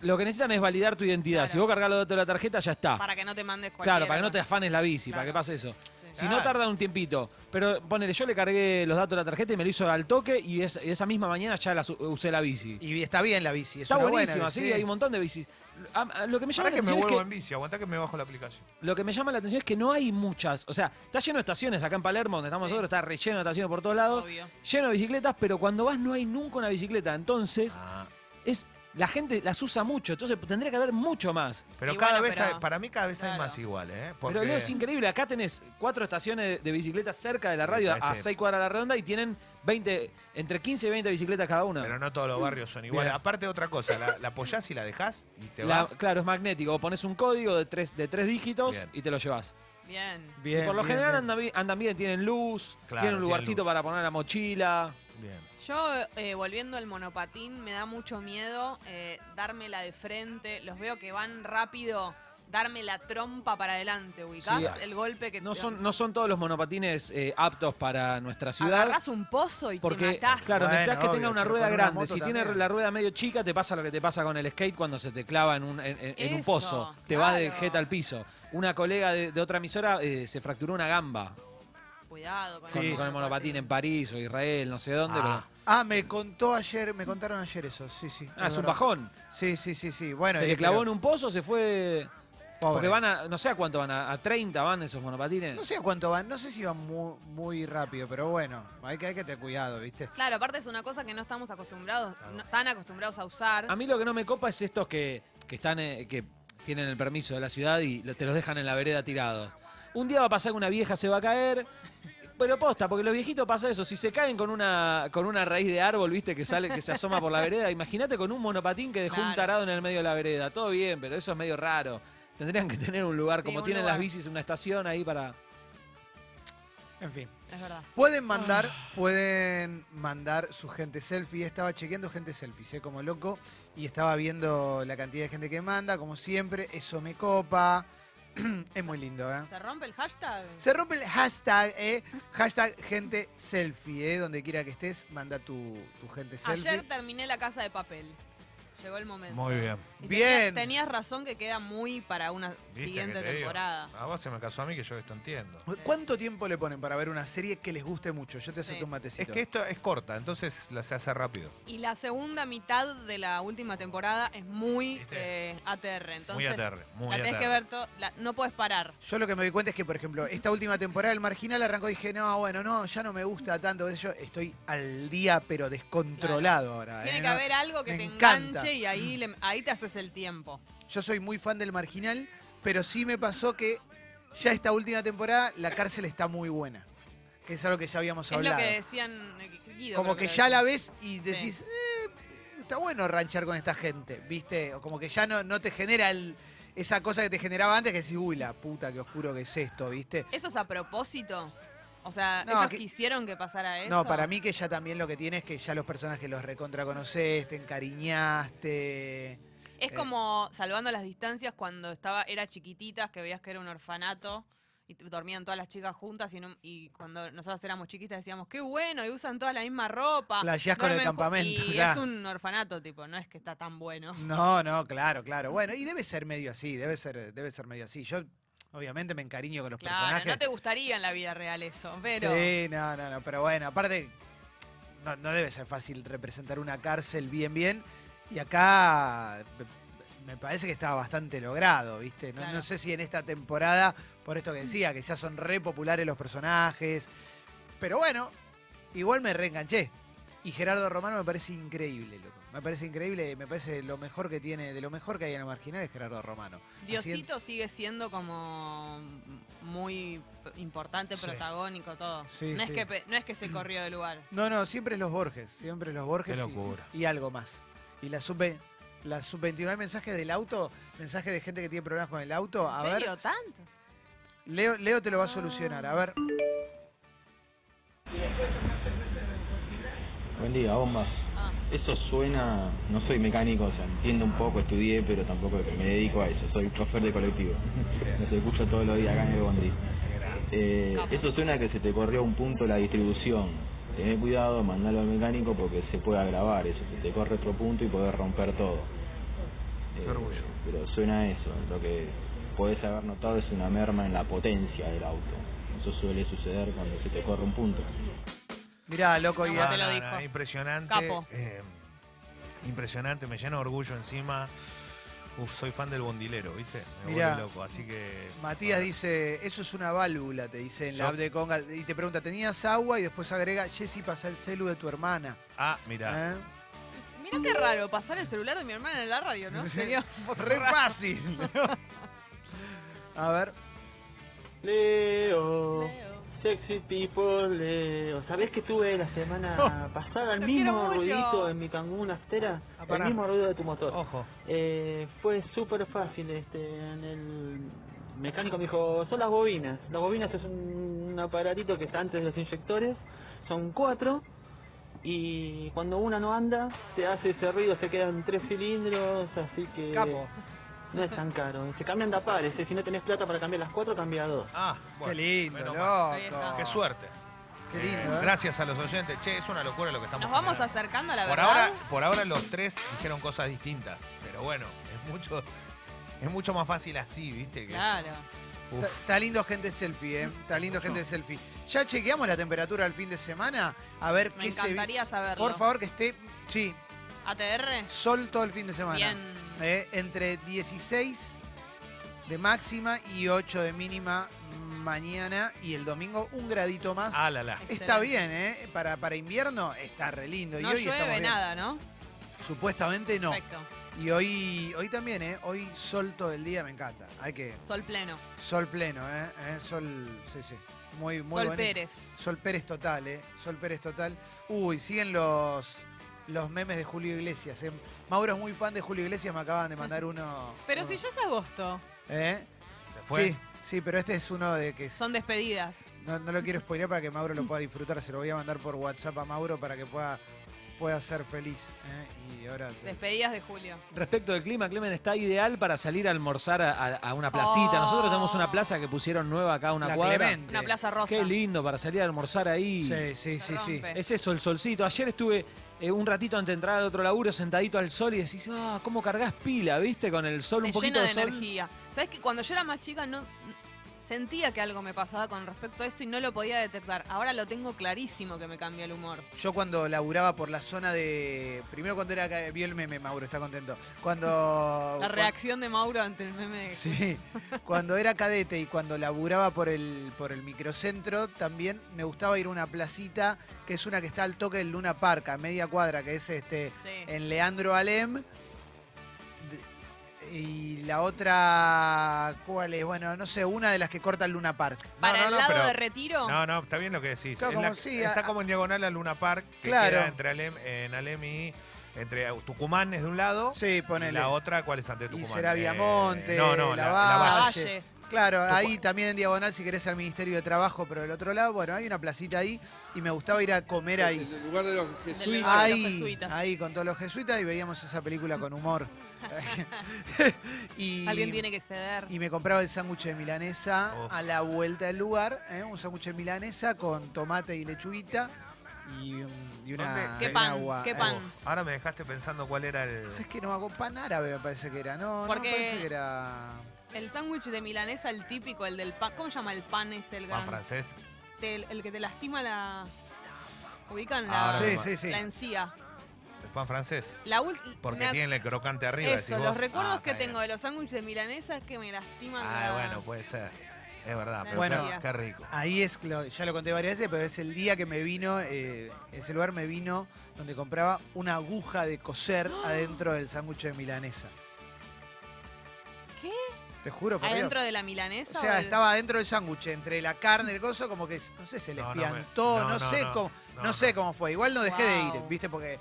[SPEAKER 5] Lo que necesitan es validar tu identidad.
[SPEAKER 2] Claro.
[SPEAKER 5] Si vos cargas los datos de la tarjeta, ya está.
[SPEAKER 2] Para que no te mandes cualquier.
[SPEAKER 5] Ah. claro, para que no te afanes la bici, para que
[SPEAKER 2] Claro.
[SPEAKER 5] pase eso. Si
[SPEAKER 3] Claro.
[SPEAKER 5] no tarda un tiempito, pero ponele, yo le cargué los datos de la tarjeta y me lo hizo al toque y es- esa misma mañana ya la su- usé la bici.
[SPEAKER 1] Y está bien la bici, es
[SPEAKER 5] Está
[SPEAKER 1] una buena
[SPEAKER 5] buenísima,
[SPEAKER 1] bici,
[SPEAKER 5] sí, hay un montón de bicis. Ah, ah, Lo que me llama
[SPEAKER 3] Ahora
[SPEAKER 5] la atención
[SPEAKER 3] que me
[SPEAKER 5] es
[SPEAKER 3] vuelvo
[SPEAKER 5] que
[SPEAKER 3] en bici, aguantá que me bajo la aplicación.
[SPEAKER 5] lo que me llama la atención es que no hay muchas. O sea, está lleno de estaciones acá en Palermo, donde estamos
[SPEAKER 2] Sí.
[SPEAKER 5] nosotros, está relleno de estaciones por todos lados,
[SPEAKER 2] Obvio.
[SPEAKER 5] lleno de bicicletas, pero cuando vas no hay nunca una bicicleta. Entonces,
[SPEAKER 3] Ah.
[SPEAKER 5] es la gente las usa mucho, entonces tendría que haber mucho más.
[SPEAKER 3] Pero
[SPEAKER 2] Y
[SPEAKER 3] cada
[SPEAKER 2] bueno,
[SPEAKER 3] vez, hay-
[SPEAKER 2] pero-
[SPEAKER 3] para mí cada vez hay
[SPEAKER 2] claro.
[SPEAKER 3] más igual, ¿eh?
[SPEAKER 5] Pero no,
[SPEAKER 3] Porque-
[SPEAKER 5] es increíble. Acá tenés cuatro estaciones de bicicletas cerca de la radio, a
[SPEAKER 3] Este.
[SPEAKER 5] seis cuadras de la redonda, y tienen 20, entre 15 y 20 bicicletas cada una.
[SPEAKER 3] Pero no todos los barrios son iguales.
[SPEAKER 5] Bien.
[SPEAKER 3] Aparte de otra cosa, la, la apoyás y la dejás y te
[SPEAKER 5] La-
[SPEAKER 3] vas.
[SPEAKER 5] claro, es magnético. O pones un código de tres, de tres dígitos
[SPEAKER 3] Bien.
[SPEAKER 5] y te lo llevas.
[SPEAKER 2] Bien.
[SPEAKER 1] Bien,
[SPEAKER 5] por lo
[SPEAKER 1] bien,
[SPEAKER 5] general
[SPEAKER 1] bien.
[SPEAKER 5] Andan, bi- andan bien, tienen luz,
[SPEAKER 3] Claro,
[SPEAKER 5] tienen un
[SPEAKER 3] tienen
[SPEAKER 5] lugarcito
[SPEAKER 3] luz.
[SPEAKER 5] para poner la mochila.
[SPEAKER 3] Bien.
[SPEAKER 2] Yo, eh, volviendo al monopatín, me da mucho miedo eh, dármela de frente. Los veo que van rápido. Darme la trompa para adelante, ubicás
[SPEAKER 5] Sí.
[SPEAKER 2] el golpe que
[SPEAKER 5] No
[SPEAKER 2] te-
[SPEAKER 5] son, no son todos los monopatines eh, aptos para nuestra ciudad.
[SPEAKER 2] Agarrás un pozo y te
[SPEAKER 5] Porque,
[SPEAKER 2] matás.
[SPEAKER 5] claro,
[SPEAKER 3] Bueno,
[SPEAKER 5] necesitas que
[SPEAKER 3] obvio,
[SPEAKER 5] tenga una
[SPEAKER 1] pero
[SPEAKER 5] rueda
[SPEAKER 1] con una
[SPEAKER 5] grande.
[SPEAKER 1] moto
[SPEAKER 5] si tiene
[SPEAKER 1] también.
[SPEAKER 5] la rueda medio chica, te pasa lo que te pasa con el skate cuando se te clava en un, en, en- en un
[SPEAKER 2] Eso,
[SPEAKER 5] pozo. Te va de
[SPEAKER 2] claro.
[SPEAKER 5] jeta al piso. Una colega de, de otra emisora eh, se fracturó una gamba
[SPEAKER 2] Cuidado con,
[SPEAKER 5] con,
[SPEAKER 1] Sí.
[SPEAKER 5] con el monopatín en París o Israel, no sé dónde.
[SPEAKER 3] Ah.
[SPEAKER 5] pero-
[SPEAKER 1] Ah, me contó ayer, me contaron ayer eso, sí, sí.
[SPEAKER 5] Ah, es un
[SPEAKER 1] verdad.
[SPEAKER 5] bajón.
[SPEAKER 1] Sí, sí, sí, sí. Bueno,
[SPEAKER 5] se
[SPEAKER 1] y-
[SPEAKER 5] le clavó
[SPEAKER 1] pero-
[SPEAKER 5] en un pozo, se fue.
[SPEAKER 1] pobre.
[SPEAKER 5] Porque van a, no sé a cuánto van, a, a 30 van esos monopatines.
[SPEAKER 1] No sé a cuánto van, no sé si van muy, muy rápido, pero bueno, hay que, hay que tener cuidado, ¿viste?
[SPEAKER 2] Claro, aparte es una cosa que no estamos acostumbrados, no- tan acostumbrados a usar.
[SPEAKER 5] A mí lo que no me copa es estos que, que están eh, que tienen el permiso de la ciudad y lo- te los dejan en la vereda tirados. Un día va a pasar que una vieja se va a caer. Pero posta, porque los viejitos pasa eso. Si se caen con una, con una raíz de árbol, viste, que sale, que se asoma por la vereda, imagínate con un monopatín que dejó un
[SPEAKER 2] Claro.
[SPEAKER 5] tarado en el medio de la vereda. Todo bien, pero eso es medio raro. Tendrían que tener un lugar,
[SPEAKER 2] Sí,
[SPEAKER 5] como
[SPEAKER 2] un
[SPEAKER 5] tienen las
[SPEAKER 2] lugar.
[SPEAKER 5] bicis, una estación ahí para.
[SPEAKER 1] En fin.
[SPEAKER 2] Es verdad.
[SPEAKER 1] Pueden mandar,
[SPEAKER 5] Ah.
[SPEAKER 1] pueden mandar su gente selfie. Estaba chequeando gente selfie, sé como loco, y estaba viendo la cantidad de gente que manda, como siempre, eso me copa. es muy lindo, ¿eh?
[SPEAKER 2] ¿Se rompe el hashtag?
[SPEAKER 1] Se rompe el hashtag, ¿eh? Hashtag gente selfie, ¿eh? Donde quiera que estés, manda tu, tu gente selfie.
[SPEAKER 2] Ayer terminé la casa de papel. Llegó el momento.
[SPEAKER 3] Muy bien.
[SPEAKER 2] Y
[SPEAKER 1] Bien.
[SPEAKER 2] Tenías, tenías razón que queda muy para una
[SPEAKER 3] ¿Viste
[SPEAKER 2] siguiente
[SPEAKER 3] que te digo?
[SPEAKER 2] temporada.
[SPEAKER 3] A vos se me casó a mí que yo esto entiendo.
[SPEAKER 1] ¿Cuánto tiempo le ponen para ver una serie que les guste mucho? Yo te acepto
[SPEAKER 2] Sí.
[SPEAKER 1] un matecito.
[SPEAKER 3] Es que esto es corta, entonces la se hace rápido.
[SPEAKER 2] Y la segunda mitad de la última temporada es muy
[SPEAKER 3] ¿Viste?
[SPEAKER 2] eh, ATR. Entonces,
[SPEAKER 3] muy aterre, muy
[SPEAKER 2] la tenés
[SPEAKER 3] aterre.
[SPEAKER 2] que ver, to- la- no puedes parar.
[SPEAKER 1] Yo lo que me doy cuenta es que, por ejemplo, esta última temporada el Marginal arrancó y dije, no, bueno, no, ya no me gusta tanto. Yo estoy al día, pero descontrolado ahora.
[SPEAKER 2] Tiene
[SPEAKER 1] ¿eh?
[SPEAKER 2] que
[SPEAKER 1] No,
[SPEAKER 2] haber algo que
[SPEAKER 1] me
[SPEAKER 2] te
[SPEAKER 1] encanta.
[SPEAKER 2] enganche y ahí, le- ahí te haces el tiempo.
[SPEAKER 1] Yo soy muy fan del Marginal, pero sí me pasó que ya esta última temporada la cárcel está muy buena. Que es algo que ya habíamos
[SPEAKER 2] es lo
[SPEAKER 1] hablado.
[SPEAKER 2] que decían eh, Guido.
[SPEAKER 1] como
[SPEAKER 2] creo
[SPEAKER 1] que
[SPEAKER 2] lo
[SPEAKER 1] ya
[SPEAKER 2] decía.
[SPEAKER 1] la ves y decís, "Eh, está bueno ranchar con esta gente, ¿viste? O como que ya no, no te genera el- esa cosa que te generaba antes que decís, uy, la puta, qué oscuro que es esto, ¿viste?
[SPEAKER 2] ¿Eso es a propósito? O sea,
[SPEAKER 1] No,
[SPEAKER 2] ¿ellos
[SPEAKER 1] que-
[SPEAKER 2] quisieron que pasara eso?
[SPEAKER 1] No, para mí que ya también lo que tiene es que ya los personajes los recontra conocés, te encariñaste.
[SPEAKER 2] Es
[SPEAKER 1] Eh.
[SPEAKER 2] como salvando las distancias cuando estaba, era chiquititas, que veías que era un orfanato y t- dormían todas las chicas juntas y, no- y cuando nosotras éramos chiquitas decíamos, qué bueno, y usan todas la misma ropa.
[SPEAKER 1] Flasheás con el
[SPEAKER 2] duermen ju-
[SPEAKER 1] campamento,
[SPEAKER 2] Ah, Y
[SPEAKER 1] claro.
[SPEAKER 2] es un orfanato, tipo, no es que está tan bueno.
[SPEAKER 1] No, no, claro, claro. Bueno, y debe ser medio así, debe ser, debe ser medio así. Yo, obviamente, me encariño con los
[SPEAKER 2] Claro,
[SPEAKER 1] personajes.
[SPEAKER 2] no te gustaría en la vida real eso, pero...
[SPEAKER 1] Sí, no, no, no. Pero bueno, aparte, no, no debe ser fácil representar una cárcel bien, bien. Y acá me- me parece que estaba bastante logrado, ¿viste? No, no
[SPEAKER 2] Claro.
[SPEAKER 1] sé si en esta temporada, por esto que decía, que ya son re populares los personajes. Pero bueno, igual me reenganché. Y Gerardo Romano me parece increíble, loco. Me parece increíble, me parece lo mejor que tiene, de lo mejor que hay en el marginal es Gerardo Romano.
[SPEAKER 2] Diosito sigue siendo como muy p- importante,
[SPEAKER 1] Sí.
[SPEAKER 2] protagónico, todo.
[SPEAKER 1] Sí,
[SPEAKER 2] no,
[SPEAKER 1] sí.
[SPEAKER 2] Es que, pe- no es que se corrió de lugar.
[SPEAKER 1] No, no, siempre es los Borges, siempre es los Borges.
[SPEAKER 3] Qué
[SPEAKER 1] y-
[SPEAKER 3] locura.
[SPEAKER 1] Y, algo más. Y la sub, la sub 29 mensaje del auto, mensaje de gente que tiene problemas con el auto. A
[SPEAKER 2] ¿En
[SPEAKER 1] ver,
[SPEAKER 2] serio? ¿Tanto?
[SPEAKER 1] Leo, Leo te lo va a solucionar. A ver.
[SPEAKER 6] Buen día, bombas.
[SPEAKER 2] Ah,
[SPEAKER 6] Eso suena, no soy mecánico, o sea, entiendo un poco, estudié, pero tampoco me dedico a eso, soy chofer de colectivo. Los escucho todos los días acá en el bondi.
[SPEAKER 3] Qué grande.
[SPEAKER 6] Eh,
[SPEAKER 2] Capo.
[SPEAKER 6] eso suena que se te corrió a un punto la distribución. Tené cuidado, mandalo al mecánico porque se puede agravar eso, se te corre otro punto y podés romper todo. Eh,
[SPEAKER 3] Qué orgullo.
[SPEAKER 6] Pero suena a eso, lo que podés haber notado es una merma en la potencia del auto. Eso suele suceder cuando se te corre un punto.
[SPEAKER 1] Mirá, loco, y
[SPEAKER 2] Como
[SPEAKER 1] a-
[SPEAKER 2] te lo dijo.
[SPEAKER 3] Impresionante.
[SPEAKER 2] Capo.
[SPEAKER 3] eh, impresionante, me llena de orgullo encima. Uf, soy fan del bondilero, ¿viste? Me
[SPEAKER 1] Mirá.
[SPEAKER 3] vuelve loco, así que.
[SPEAKER 1] Matías
[SPEAKER 3] bueno.
[SPEAKER 1] dice, eso es una válvula, te dice en la
[SPEAKER 3] Yo-
[SPEAKER 1] app de Conga. Y te pregunta, ¿tenías agua? Y después agrega, Jessy, pasa el celu de tu hermana.
[SPEAKER 3] Ah, mirá.
[SPEAKER 1] ¿Eh?
[SPEAKER 2] Mirá qué raro pasar el celular de mi hermana en la radio, ¿no? Sería un poco
[SPEAKER 1] Re
[SPEAKER 2] raro.
[SPEAKER 1] fácil. a ver.
[SPEAKER 7] Leo,
[SPEAKER 2] Leo.
[SPEAKER 7] sexy people, Leo. ¿Sabés que tuve la semana pasada el
[SPEAKER 2] Lo quiero
[SPEAKER 7] mismo
[SPEAKER 2] mucho.
[SPEAKER 7] ruidito en mi cangún astera?
[SPEAKER 1] Ah,
[SPEAKER 7] el
[SPEAKER 1] pará.
[SPEAKER 7] mismo ruido de tu motor.
[SPEAKER 3] Ojo.
[SPEAKER 7] Eh, fue súper fácil. Este, en el mecánico me dijo, son las bobinas. Las bobinas es un, un aparatito que está antes de los inyectores. Son cuatro. Y cuando una no anda, te hace ese ruido, se quedan tres cilindros, así que
[SPEAKER 1] Capo.
[SPEAKER 7] no es tan caro. Se cambian de a pares, eh, si no tenés plata para cambiar las cuatro, cambia a dos.
[SPEAKER 3] Ah, bueno,
[SPEAKER 1] Qué lindo,
[SPEAKER 3] menos mal.
[SPEAKER 2] Ahí está.
[SPEAKER 1] loco.
[SPEAKER 3] Qué suerte.
[SPEAKER 1] Qué
[SPEAKER 3] Eh,
[SPEAKER 1] lindo, ¿eh?
[SPEAKER 3] Gracias a los oyentes. Che, es una locura lo que estamos
[SPEAKER 2] Nos vamos
[SPEAKER 3] generando.
[SPEAKER 2] acercando a la
[SPEAKER 3] Por
[SPEAKER 2] verdad.
[SPEAKER 3] ahora, por ahora los tres dijeron cosas distintas, pero bueno, es mucho, es mucho más fácil así, ¿viste? Que es-
[SPEAKER 2] Claro.
[SPEAKER 1] Está-
[SPEAKER 3] uf,
[SPEAKER 1] Está lindo gente selfie, ¿eh? Está lindo gente selfie. Ya chequeamos la temperatura al fin de semana. A ver
[SPEAKER 2] Me
[SPEAKER 1] qué se vi-
[SPEAKER 2] encantaría saberlo.
[SPEAKER 1] Por favor, que esté, sí,
[SPEAKER 2] ATR.
[SPEAKER 1] sol todo el fin de semana.
[SPEAKER 2] Bien.
[SPEAKER 1] Eh, entre 16 de máxima y 8 de mínima mañana y el domingo un gradito más.
[SPEAKER 3] ah, la, la.
[SPEAKER 1] está
[SPEAKER 2] Excelente.
[SPEAKER 1] bien, ¿eh? Para, para invierno está re lindo. y
[SPEAKER 2] No
[SPEAKER 1] hoy estamos
[SPEAKER 2] llueve
[SPEAKER 1] bien.
[SPEAKER 2] nada, ¿no?
[SPEAKER 1] Supuestamente no.
[SPEAKER 2] Perfecto.
[SPEAKER 1] Y hoy, hoy también, ¿eh? Hoy sol todo el día, me encanta. Hay que.
[SPEAKER 2] Sol pleno.
[SPEAKER 1] Sol pleno, ¿eh? ¿Eh? Sol. Sí, sí. Muy, muy
[SPEAKER 2] Sol
[SPEAKER 1] bonito.
[SPEAKER 2] Pérez.
[SPEAKER 1] Sol Pérez total, ¿eh? Sol Pérez total. Uy, siguen los, los memes de Julio Iglesias. ¿eh? Mauro es muy fan de Julio Iglesias, me acaban de mandar uno.
[SPEAKER 2] Pero
[SPEAKER 1] uno.
[SPEAKER 2] si ya es agosto,
[SPEAKER 1] ¿Eh?
[SPEAKER 3] Se fue.
[SPEAKER 1] Sí, sí, pero este es uno de que
[SPEAKER 2] son despedidas.
[SPEAKER 1] no, no lo quiero spoilear para que Mauro lo pueda disfrutar. Se lo voy a mandar por WhatsApp a Mauro para que pueda, pueda ser feliz. ¿eh? Y ahora se-
[SPEAKER 2] Despedidas de julio.
[SPEAKER 5] Respecto del clima, Clemen, está ideal para salir a almorzar a, a- a una placita.
[SPEAKER 2] Oh.
[SPEAKER 5] Nosotros tenemos una plaza que pusieron nueva acá, una
[SPEAKER 1] la
[SPEAKER 5] cuadra.
[SPEAKER 1] Clemente.
[SPEAKER 2] Una plaza rosa.
[SPEAKER 5] Qué lindo para salir a almorzar ahí.
[SPEAKER 1] Sí, sí,
[SPEAKER 2] Se
[SPEAKER 1] sí, sí.
[SPEAKER 2] rompe.
[SPEAKER 5] Es eso, el solcito. Ayer estuve eh, un ratito antes de entrar al otro laburo sentadito al sol y decís, ah, cómo cargas pila, ¿viste? Con el sol,
[SPEAKER 2] Te
[SPEAKER 5] un poquito
[SPEAKER 2] llena de,
[SPEAKER 5] sol.
[SPEAKER 2] energía. Sabes que cuando yo era más chica no sentía que algo me pasaba con respecto a eso y no lo podía detectar. Ahora lo tengo clarísimo que me cambia el humor.
[SPEAKER 1] Yo cuando laburaba por la zona de. Primero cuando era. acá- Vio el meme, Mauro, está contento. Cuando.
[SPEAKER 2] La reacción de Mauro ante el meme de
[SPEAKER 1] Oh, Sí, cuando era cadete y cuando laburaba por el, por el microcentro, también me gustaba ir a una placita, que es una que está al toque del Luna Park, a media cuadra, que es este
[SPEAKER 2] Sí.
[SPEAKER 1] en Leandro Alem. De- Y la otra, ¿cuál es? Bueno, no sé, una de las que corta el Luna Park.
[SPEAKER 2] Para
[SPEAKER 3] no,
[SPEAKER 2] el
[SPEAKER 3] no,
[SPEAKER 2] lado
[SPEAKER 3] pero-
[SPEAKER 2] de retiro,
[SPEAKER 3] No, no, está bien lo que decís.
[SPEAKER 1] Claro,
[SPEAKER 3] Es
[SPEAKER 1] como
[SPEAKER 3] la-
[SPEAKER 1] sí,
[SPEAKER 3] está
[SPEAKER 1] a-
[SPEAKER 3] como en diagonal a Luna Park, que
[SPEAKER 1] Claro.
[SPEAKER 3] queda entre Alem, en Alem y entre uh, Tucumán es de un lado.
[SPEAKER 1] Sí,
[SPEAKER 3] y
[SPEAKER 1] ponele.
[SPEAKER 3] la otra, ¿cuál es antes de
[SPEAKER 1] Y
[SPEAKER 3] Tucumán?
[SPEAKER 1] será
[SPEAKER 3] Eh,
[SPEAKER 1] Viamonte,
[SPEAKER 3] no, no,
[SPEAKER 1] La
[SPEAKER 3] la,
[SPEAKER 1] Valle.
[SPEAKER 3] Valle.
[SPEAKER 2] Valle.
[SPEAKER 1] Claro, ahí también en diagonal, si querés, al Ministerio de Trabajo, pero del otro lado, bueno, hay una placita ahí y me gustaba ir a comer ahí.
[SPEAKER 8] En el lugar de los
[SPEAKER 2] Del-
[SPEAKER 8] jesuitas.
[SPEAKER 2] Ah, los
[SPEAKER 1] Ahí,
[SPEAKER 2] jesuitas.
[SPEAKER 1] ahí con todos los jesuitas y veíamos esa película con humor. y,
[SPEAKER 2] Alguien tiene que ceder.
[SPEAKER 1] y me compraba el sándwich de milanesa
[SPEAKER 3] Uf.
[SPEAKER 1] a la vuelta del lugar, ¿eh? un sándwich de milanesa con tomate y lechuguita y, un- y una
[SPEAKER 3] ¿Dónde?
[SPEAKER 2] ¿Qué
[SPEAKER 1] un
[SPEAKER 2] pan?
[SPEAKER 1] agua.
[SPEAKER 2] ¿Qué
[SPEAKER 1] Eh,
[SPEAKER 2] pan?
[SPEAKER 3] Uf, ahora me dejaste pensando cuál era el.
[SPEAKER 1] ¿Sabes que no me hago pan árabe? Me parece que era. No, no
[SPEAKER 2] Porque-
[SPEAKER 1] me parece que era.
[SPEAKER 2] El sándwich de milanesa, el típico, el del pan. ¿Cómo se llama el pan? Es el
[SPEAKER 3] Pan
[SPEAKER 2] gran.
[SPEAKER 3] francés.
[SPEAKER 2] te- el que te lastima la. Ubican
[SPEAKER 3] Ahora
[SPEAKER 2] la,
[SPEAKER 3] me
[SPEAKER 1] Sí,
[SPEAKER 3] acuerdo.
[SPEAKER 1] sí, sí.
[SPEAKER 2] la encía.
[SPEAKER 3] El pan francés.
[SPEAKER 2] La ult-
[SPEAKER 3] Porque
[SPEAKER 2] me ac-
[SPEAKER 3] tiene el crocante arriba.
[SPEAKER 2] Eso,
[SPEAKER 3] decís vos.
[SPEAKER 2] los recuerdos
[SPEAKER 3] Ah,
[SPEAKER 2] que
[SPEAKER 3] está bien.
[SPEAKER 2] tengo de los sándwiches de milanesa es que me lastiman.
[SPEAKER 3] Ah,
[SPEAKER 2] la-
[SPEAKER 3] bueno, puede ser. Es verdad, pero
[SPEAKER 1] Bueno.
[SPEAKER 3] qué- qué rico.
[SPEAKER 1] Ahí es, lo- ya lo conté varias veces, pero es el día que me vino, eh, ese lugar me vino donde compraba una aguja de coser adentro del sándwich de milanesa.
[SPEAKER 2] ¿Qué?
[SPEAKER 1] Te juro, por Dios.
[SPEAKER 2] ¿Adentro de la
[SPEAKER 1] O
[SPEAKER 2] milanesa?
[SPEAKER 1] sea,
[SPEAKER 2] del-
[SPEAKER 1] estaba dentro del sándwich, entre la carne y el coso, como que, no sé, se le
[SPEAKER 3] No, no me-
[SPEAKER 1] espiantó, no,
[SPEAKER 3] no, no,
[SPEAKER 1] sé
[SPEAKER 3] no,
[SPEAKER 1] cómo, no,
[SPEAKER 3] no,
[SPEAKER 1] sé
[SPEAKER 3] no.
[SPEAKER 1] cómo fue. Igual no dejé de
[SPEAKER 2] Guau.
[SPEAKER 1] ir, ¿viste? Porque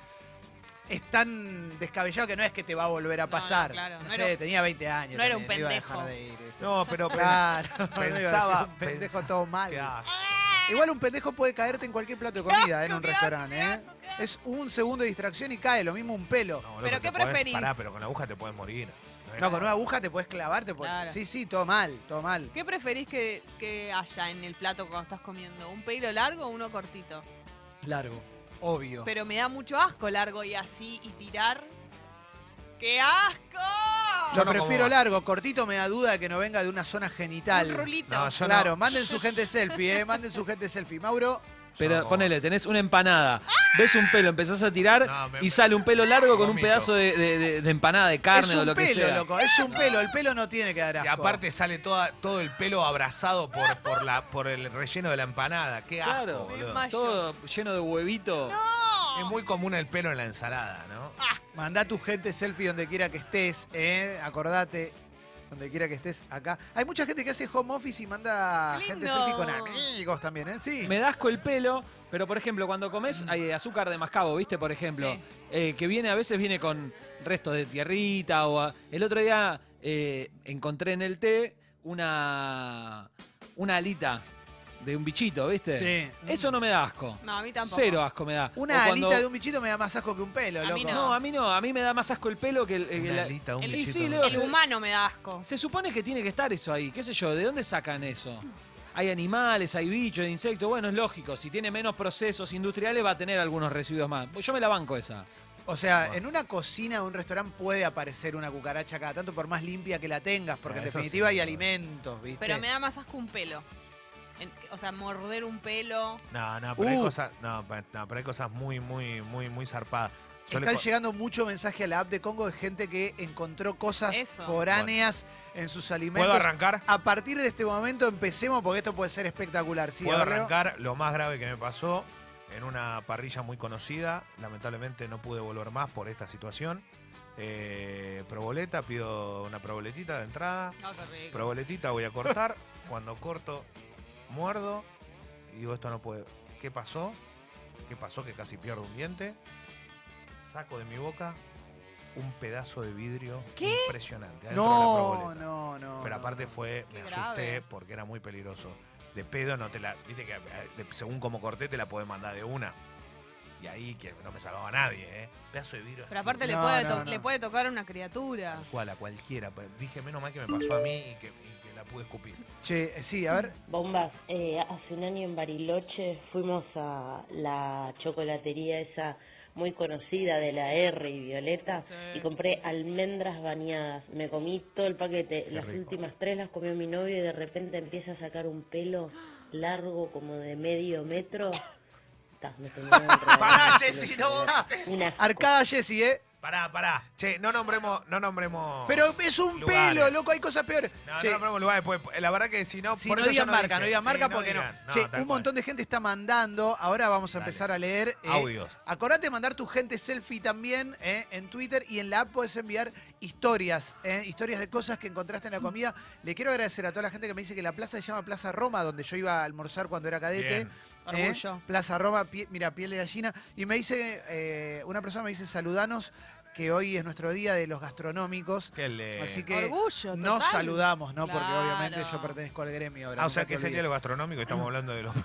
[SPEAKER 1] es tan descabellado que no es que te va a volver a
[SPEAKER 2] No,
[SPEAKER 1] pasar.
[SPEAKER 2] no, claro,
[SPEAKER 1] No
[SPEAKER 2] no
[SPEAKER 1] sé,
[SPEAKER 2] era-
[SPEAKER 1] tenía 20 años.
[SPEAKER 2] no era un
[SPEAKER 1] también, iba a dejar
[SPEAKER 2] pendejo.
[SPEAKER 1] de ir, ¿viste?
[SPEAKER 3] No, pero pens-
[SPEAKER 1] Claro, no iba a
[SPEAKER 3] pensaba.
[SPEAKER 1] ser un pendejo
[SPEAKER 3] pens-
[SPEAKER 1] todo mal.
[SPEAKER 3] Qué asco.
[SPEAKER 1] Igual un pendejo puede caerte en cualquier plato de comida en un restaurante. ¿eh? Es un segundo de distracción y cae, lo mismo un pelo.
[SPEAKER 3] No,
[SPEAKER 2] ¿Pero
[SPEAKER 3] te
[SPEAKER 2] qué
[SPEAKER 3] podés-
[SPEAKER 2] preferís?
[SPEAKER 3] Pará, pero con la aguja te puedes morir. es
[SPEAKER 1] No, con
[SPEAKER 3] nada.
[SPEAKER 1] una aguja te puedes clavar, te podés-
[SPEAKER 2] Claro.
[SPEAKER 1] Sí, sí, todo mal, todo mal.
[SPEAKER 2] ¿Qué preferís que, que haya en el plato cuando estás comiendo? ¿Un pelo largo o uno cortito?
[SPEAKER 1] Largo, obvio.
[SPEAKER 2] Pero me da mucho asco largo y así y tirar. ¡Qué asco!
[SPEAKER 1] Yo
[SPEAKER 3] Yo no como
[SPEAKER 1] prefiero
[SPEAKER 3] más.
[SPEAKER 1] largo, cortito me da duda de que no venga de una zona
[SPEAKER 2] Un
[SPEAKER 1] genital.
[SPEAKER 2] rulito.
[SPEAKER 3] No, yo
[SPEAKER 1] claro,
[SPEAKER 3] no.
[SPEAKER 1] manden su gente selfie, eh, manden su gente selfie. Mauro,
[SPEAKER 5] Pero
[SPEAKER 3] no.
[SPEAKER 5] ponele, tenés una empanada, ves un pelo, empezás a tirar
[SPEAKER 3] No, me-
[SPEAKER 5] y sale un pelo largo con un
[SPEAKER 3] vomito.
[SPEAKER 5] pedazo de, de- de- de empanada de carne
[SPEAKER 1] es un
[SPEAKER 5] o lo que
[SPEAKER 1] pelo,
[SPEAKER 5] sea.
[SPEAKER 1] loco, es un pelo, el pelo no tiene que dar
[SPEAKER 3] Y
[SPEAKER 1] asco.
[SPEAKER 3] aparte sale toda, todo el pelo abrazado por, por, la, por el relleno de la empanada. Qué asco,
[SPEAKER 5] Claro,
[SPEAKER 3] boludo.
[SPEAKER 2] desmayo.
[SPEAKER 5] todo lleno de huevito.
[SPEAKER 3] Es muy común el pelo en la ensalada, ¿no?
[SPEAKER 1] Mandá tu gente selfie donde quiera que estés, ¿eh? Acordate, donde quiera que estés acá. Hay mucha gente que hace home office y manda
[SPEAKER 2] Qué
[SPEAKER 1] gente
[SPEAKER 2] lindo.
[SPEAKER 1] selfie con amigos también, ¿eh? Sí.
[SPEAKER 5] Me da asco el pelo, pero por ejemplo, cuando comes hay azúcar de mascabo, ¿viste? Por ejemplo,
[SPEAKER 2] Sí.
[SPEAKER 5] eh, que viene a veces viene con restos de tierrita o a- el otro día eh, encontré en el té una una alita de un bichito, ¿viste?
[SPEAKER 1] Sí.
[SPEAKER 5] Eso no me da asco.
[SPEAKER 2] No, a mí tampoco.
[SPEAKER 5] Cero asco me da.
[SPEAKER 1] Una
[SPEAKER 5] O cuando-
[SPEAKER 1] alita de un bichito me da más asco que un pelo,
[SPEAKER 2] A mí
[SPEAKER 1] loco.
[SPEAKER 2] no.
[SPEAKER 5] No, a mí no, a mí me da más asco el pelo que el, que
[SPEAKER 3] Una
[SPEAKER 5] la-
[SPEAKER 3] alita, un
[SPEAKER 2] el-
[SPEAKER 3] bichito,
[SPEAKER 5] y sí,
[SPEAKER 3] un-
[SPEAKER 5] Leo,
[SPEAKER 2] El humano me da asco.
[SPEAKER 5] Se supone que tiene que estar eso ahí, qué sé yo, ¿de dónde sacan eso? Hay animales, hay bichos, hay insectos, bueno, es lógico, si tiene menos procesos industriales va a tener algunos residuos más. Yo me la banco esa.
[SPEAKER 1] O sea, en una cocina de un restaurante puede aparecer una cucaracha cada tanto, por más limpia que la tengas, porque
[SPEAKER 3] Ah,
[SPEAKER 1] en
[SPEAKER 3] eso
[SPEAKER 1] definitiva
[SPEAKER 3] sí,
[SPEAKER 1] hay
[SPEAKER 3] claro.
[SPEAKER 1] alimentos, ¿viste?
[SPEAKER 2] Pero me da más asco un pelo. En- o sea, morder un pelo.
[SPEAKER 3] No, no, pero hay
[SPEAKER 1] Uh.
[SPEAKER 3] cosas, no, pa- no, pero hay cosas muy, muy, muy, muy zarpadas. Yo le
[SPEAKER 1] Están
[SPEAKER 3] co-
[SPEAKER 1] llegando mucho mensaje a la app de Congo de gente que encontró cosas
[SPEAKER 2] Eso.
[SPEAKER 1] foráneas en sus alimentos.
[SPEAKER 3] ¿Puedo arrancar?
[SPEAKER 1] A partir de este momento empecemos porque esto puede ser espectacular. Sí,
[SPEAKER 3] Puedo
[SPEAKER 1] Aurreo?
[SPEAKER 3] arrancar lo más grave que me pasó en una parrilla muy conocida. Lamentablemente no pude volver más por esta situación. Eh, proboleta, pido una proboletita de entrada.
[SPEAKER 2] No, qué rico.
[SPEAKER 3] Proboletita voy a cortar. Cuando corto, muerdo. Y digo, esto no puede. ¿Qué pasó? ¿Qué pasó? Que casi pierdo un diente. Saco de mi boca un pedazo de vidrio
[SPEAKER 2] ¿Qué?
[SPEAKER 3] impresionante. adentro de la
[SPEAKER 1] No,
[SPEAKER 3] proboleta.
[SPEAKER 1] no, no.
[SPEAKER 3] Pero
[SPEAKER 1] no,
[SPEAKER 3] aparte
[SPEAKER 1] no.
[SPEAKER 3] fue,
[SPEAKER 2] Qué
[SPEAKER 3] me
[SPEAKER 2] grave.
[SPEAKER 3] asusté porque era muy peligroso. De pedo no te la. Viste que eh, de- según como corté te la podés mandar de una. Y ahí que no me salvaba nadie, ¿eh? Pedazo de vidrio.
[SPEAKER 2] Pero
[SPEAKER 3] así,
[SPEAKER 2] aparte le,
[SPEAKER 1] No,
[SPEAKER 2] puede
[SPEAKER 1] no,
[SPEAKER 2] to-
[SPEAKER 1] no.
[SPEAKER 2] le puede tocar a una criatura.
[SPEAKER 3] tal cual, a cualquiera. Pero Dije, menos mal que me pasó a mí y que, y que la pude escupir.
[SPEAKER 1] Che, eh, sí, a ver.
[SPEAKER 8] Bombas, eh, hace un año en Bariloche fuimos a la chocolatería esa muy conocida de la R y Violeta
[SPEAKER 2] Sí.
[SPEAKER 8] y compré almendras bañadas. Me comí todo el paquete,
[SPEAKER 3] Qué
[SPEAKER 8] las
[SPEAKER 3] rico.
[SPEAKER 8] últimas tres las comió mi novio y de repente empieza a sacar un pelo largo como de medio metro. Ta, me tenía un regalo,
[SPEAKER 3] Pará,
[SPEAKER 8] te lo
[SPEAKER 3] Jessy, no
[SPEAKER 8] juro.
[SPEAKER 3] votes.
[SPEAKER 8] Un asco.
[SPEAKER 1] Arcada Jessy, ¿eh?
[SPEAKER 3] Pará, pará. Che, no nombremos. No nombremos.
[SPEAKER 1] Pero es un
[SPEAKER 3] Lugares.
[SPEAKER 1] pelo, loco, hay cosas peores.
[SPEAKER 3] No,
[SPEAKER 1] Che,
[SPEAKER 3] no nombremos lugares. Pues, la verdad que si no.
[SPEAKER 1] Si
[SPEAKER 3] por
[SPEAKER 1] no
[SPEAKER 3] eso yo
[SPEAKER 1] digan marca,
[SPEAKER 3] dije.
[SPEAKER 1] no digan
[SPEAKER 3] Sí,
[SPEAKER 1] marca porque no.
[SPEAKER 3] digan.
[SPEAKER 1] Che,
[SPEAKER 3] tal
[SPEAKER 1] un
[SPEAKER 3] cual.
[SPEAKER 1] montón de gente está mandando. Ahora vamos a
[SPEAKER 3] Dale.
[SPEAKER 1] empezar a leer eh,
[SPEAKER 3] Audios.
[SPEAKER 1] Acordate de mandar tu gente selfie también eh, en Twitter y en la app puedes enviar historias, eh, historias de cosas que encontraste en la comida. Le quiero agradecer a toda la gente que me dice que la plaza se llama Plaza Roma, donde yo iba a almorzar cuando era cadete.
[SPEAKER 3] Bien.
[SPEAKER 1] eh,
[SPEAKER 2] Orgullo.
[SPEAKER 1] Plaza Roma, pie- mira, piel de gallina. Y me dice, eh, una persona me dice, saludanos, que hoy es nuestro día de los gastronómicos.
[SPEAKER 3] Qué le-
[SPEAKER 1] Así que
[SPEAKER 2] Orgullo.
[SPEAKER 1] no
[SPEAKER 2] total.
[SPEAKER 1] saludamos, ¿no? Porque
[SPEAKER 2] Claro.
[SPEAKER 1] obviamente yo pertenezco al gremio ahora.
[SPEAKER 3] Ah, o sea,
[SPEAKER 1] nunca te
[SPEAKER 3] que sería
[SPEAKER 1] olvides.
[SPEAKER 3] lo gastronómico y estamos hablando de los.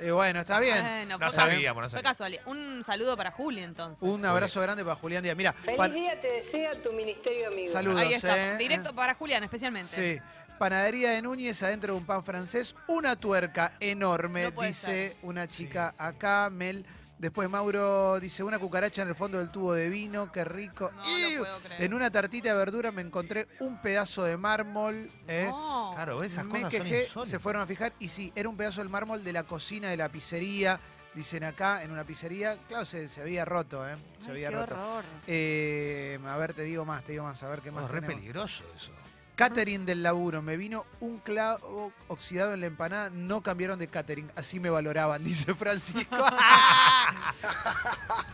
[SPEAKER 1] Eh, bueno, está bien.
[SPEAKER 2] Bueno,
[SPEAKER 3] No
[SPEAKER 2] fue
[SPEAKER 3] sabíamos, no
[SPEAKER 2] Fue
[SPEAKER 3] sabíamos.
[SPEAKER 2] casualidad. Un saludo para Juli entonces.
[SPEAKER 1] Un abrazo grande para Julián Díaz. Mira, pan-
[SPEAKER 9] día te desea tu ministerio amigo.
[SPEAKER 1] saludos.
[SPEAKER 2] Ahí está.
[SPEAKER 1] eh.
[SPEAKER 2] Directo para Julián, especialmente.
[SPEAKER 1] Sí. Panadería de Núñez, adentro de un pan francés, una tuerca enorme,
[SPEAKER 2] No puede
[SPEAKER 1] dice una chica acá, Mel. Después Mauro dice, una cucaracha en el fondo del tubo de vino, qué rico.
[SPEAKER 2] No,
[SPEAKER 1] ¡Iu!
[SPEAKER 2] lo puedo creer.
[SPEAKER 1] en una tartita de verdura me encontré un pedazo de mármol. ¿eh?
[SPEAKER 2] No.
[SPEAKER 3] Claro, esas
[SPEAKER 1] me
[SPEAKER 3] cosas
[SPEAKER 1] quejé,
[SPEAKER 3] son
[SPEAKER 1] se fueron a fijar y sí, era un pedazo del mármol de la cocina de la pizzería, dicen acá, en una pizzería. Claro, se, se había roto, ¿eh? Se
[SPEAKER 2] Ay,
[SPEAKER 1] había
[SPEAKER 2] qué
[SPEAKER 1] roto.
[SPEAKER 2] horror.
[SPEAKER 1] Eh, a ver, te digo más, te digo más, a ver qué más.
[SPEAKER 3] Es Oh, re
[SPEAKER 1] tenemos.
[SPEAKER 3] peligroso eso.
[SPEAKER 1] Catering del laburo, me vino un clavo oxidado en la empanada, no cambiaron de catering, así me valoraban, dice Francisco.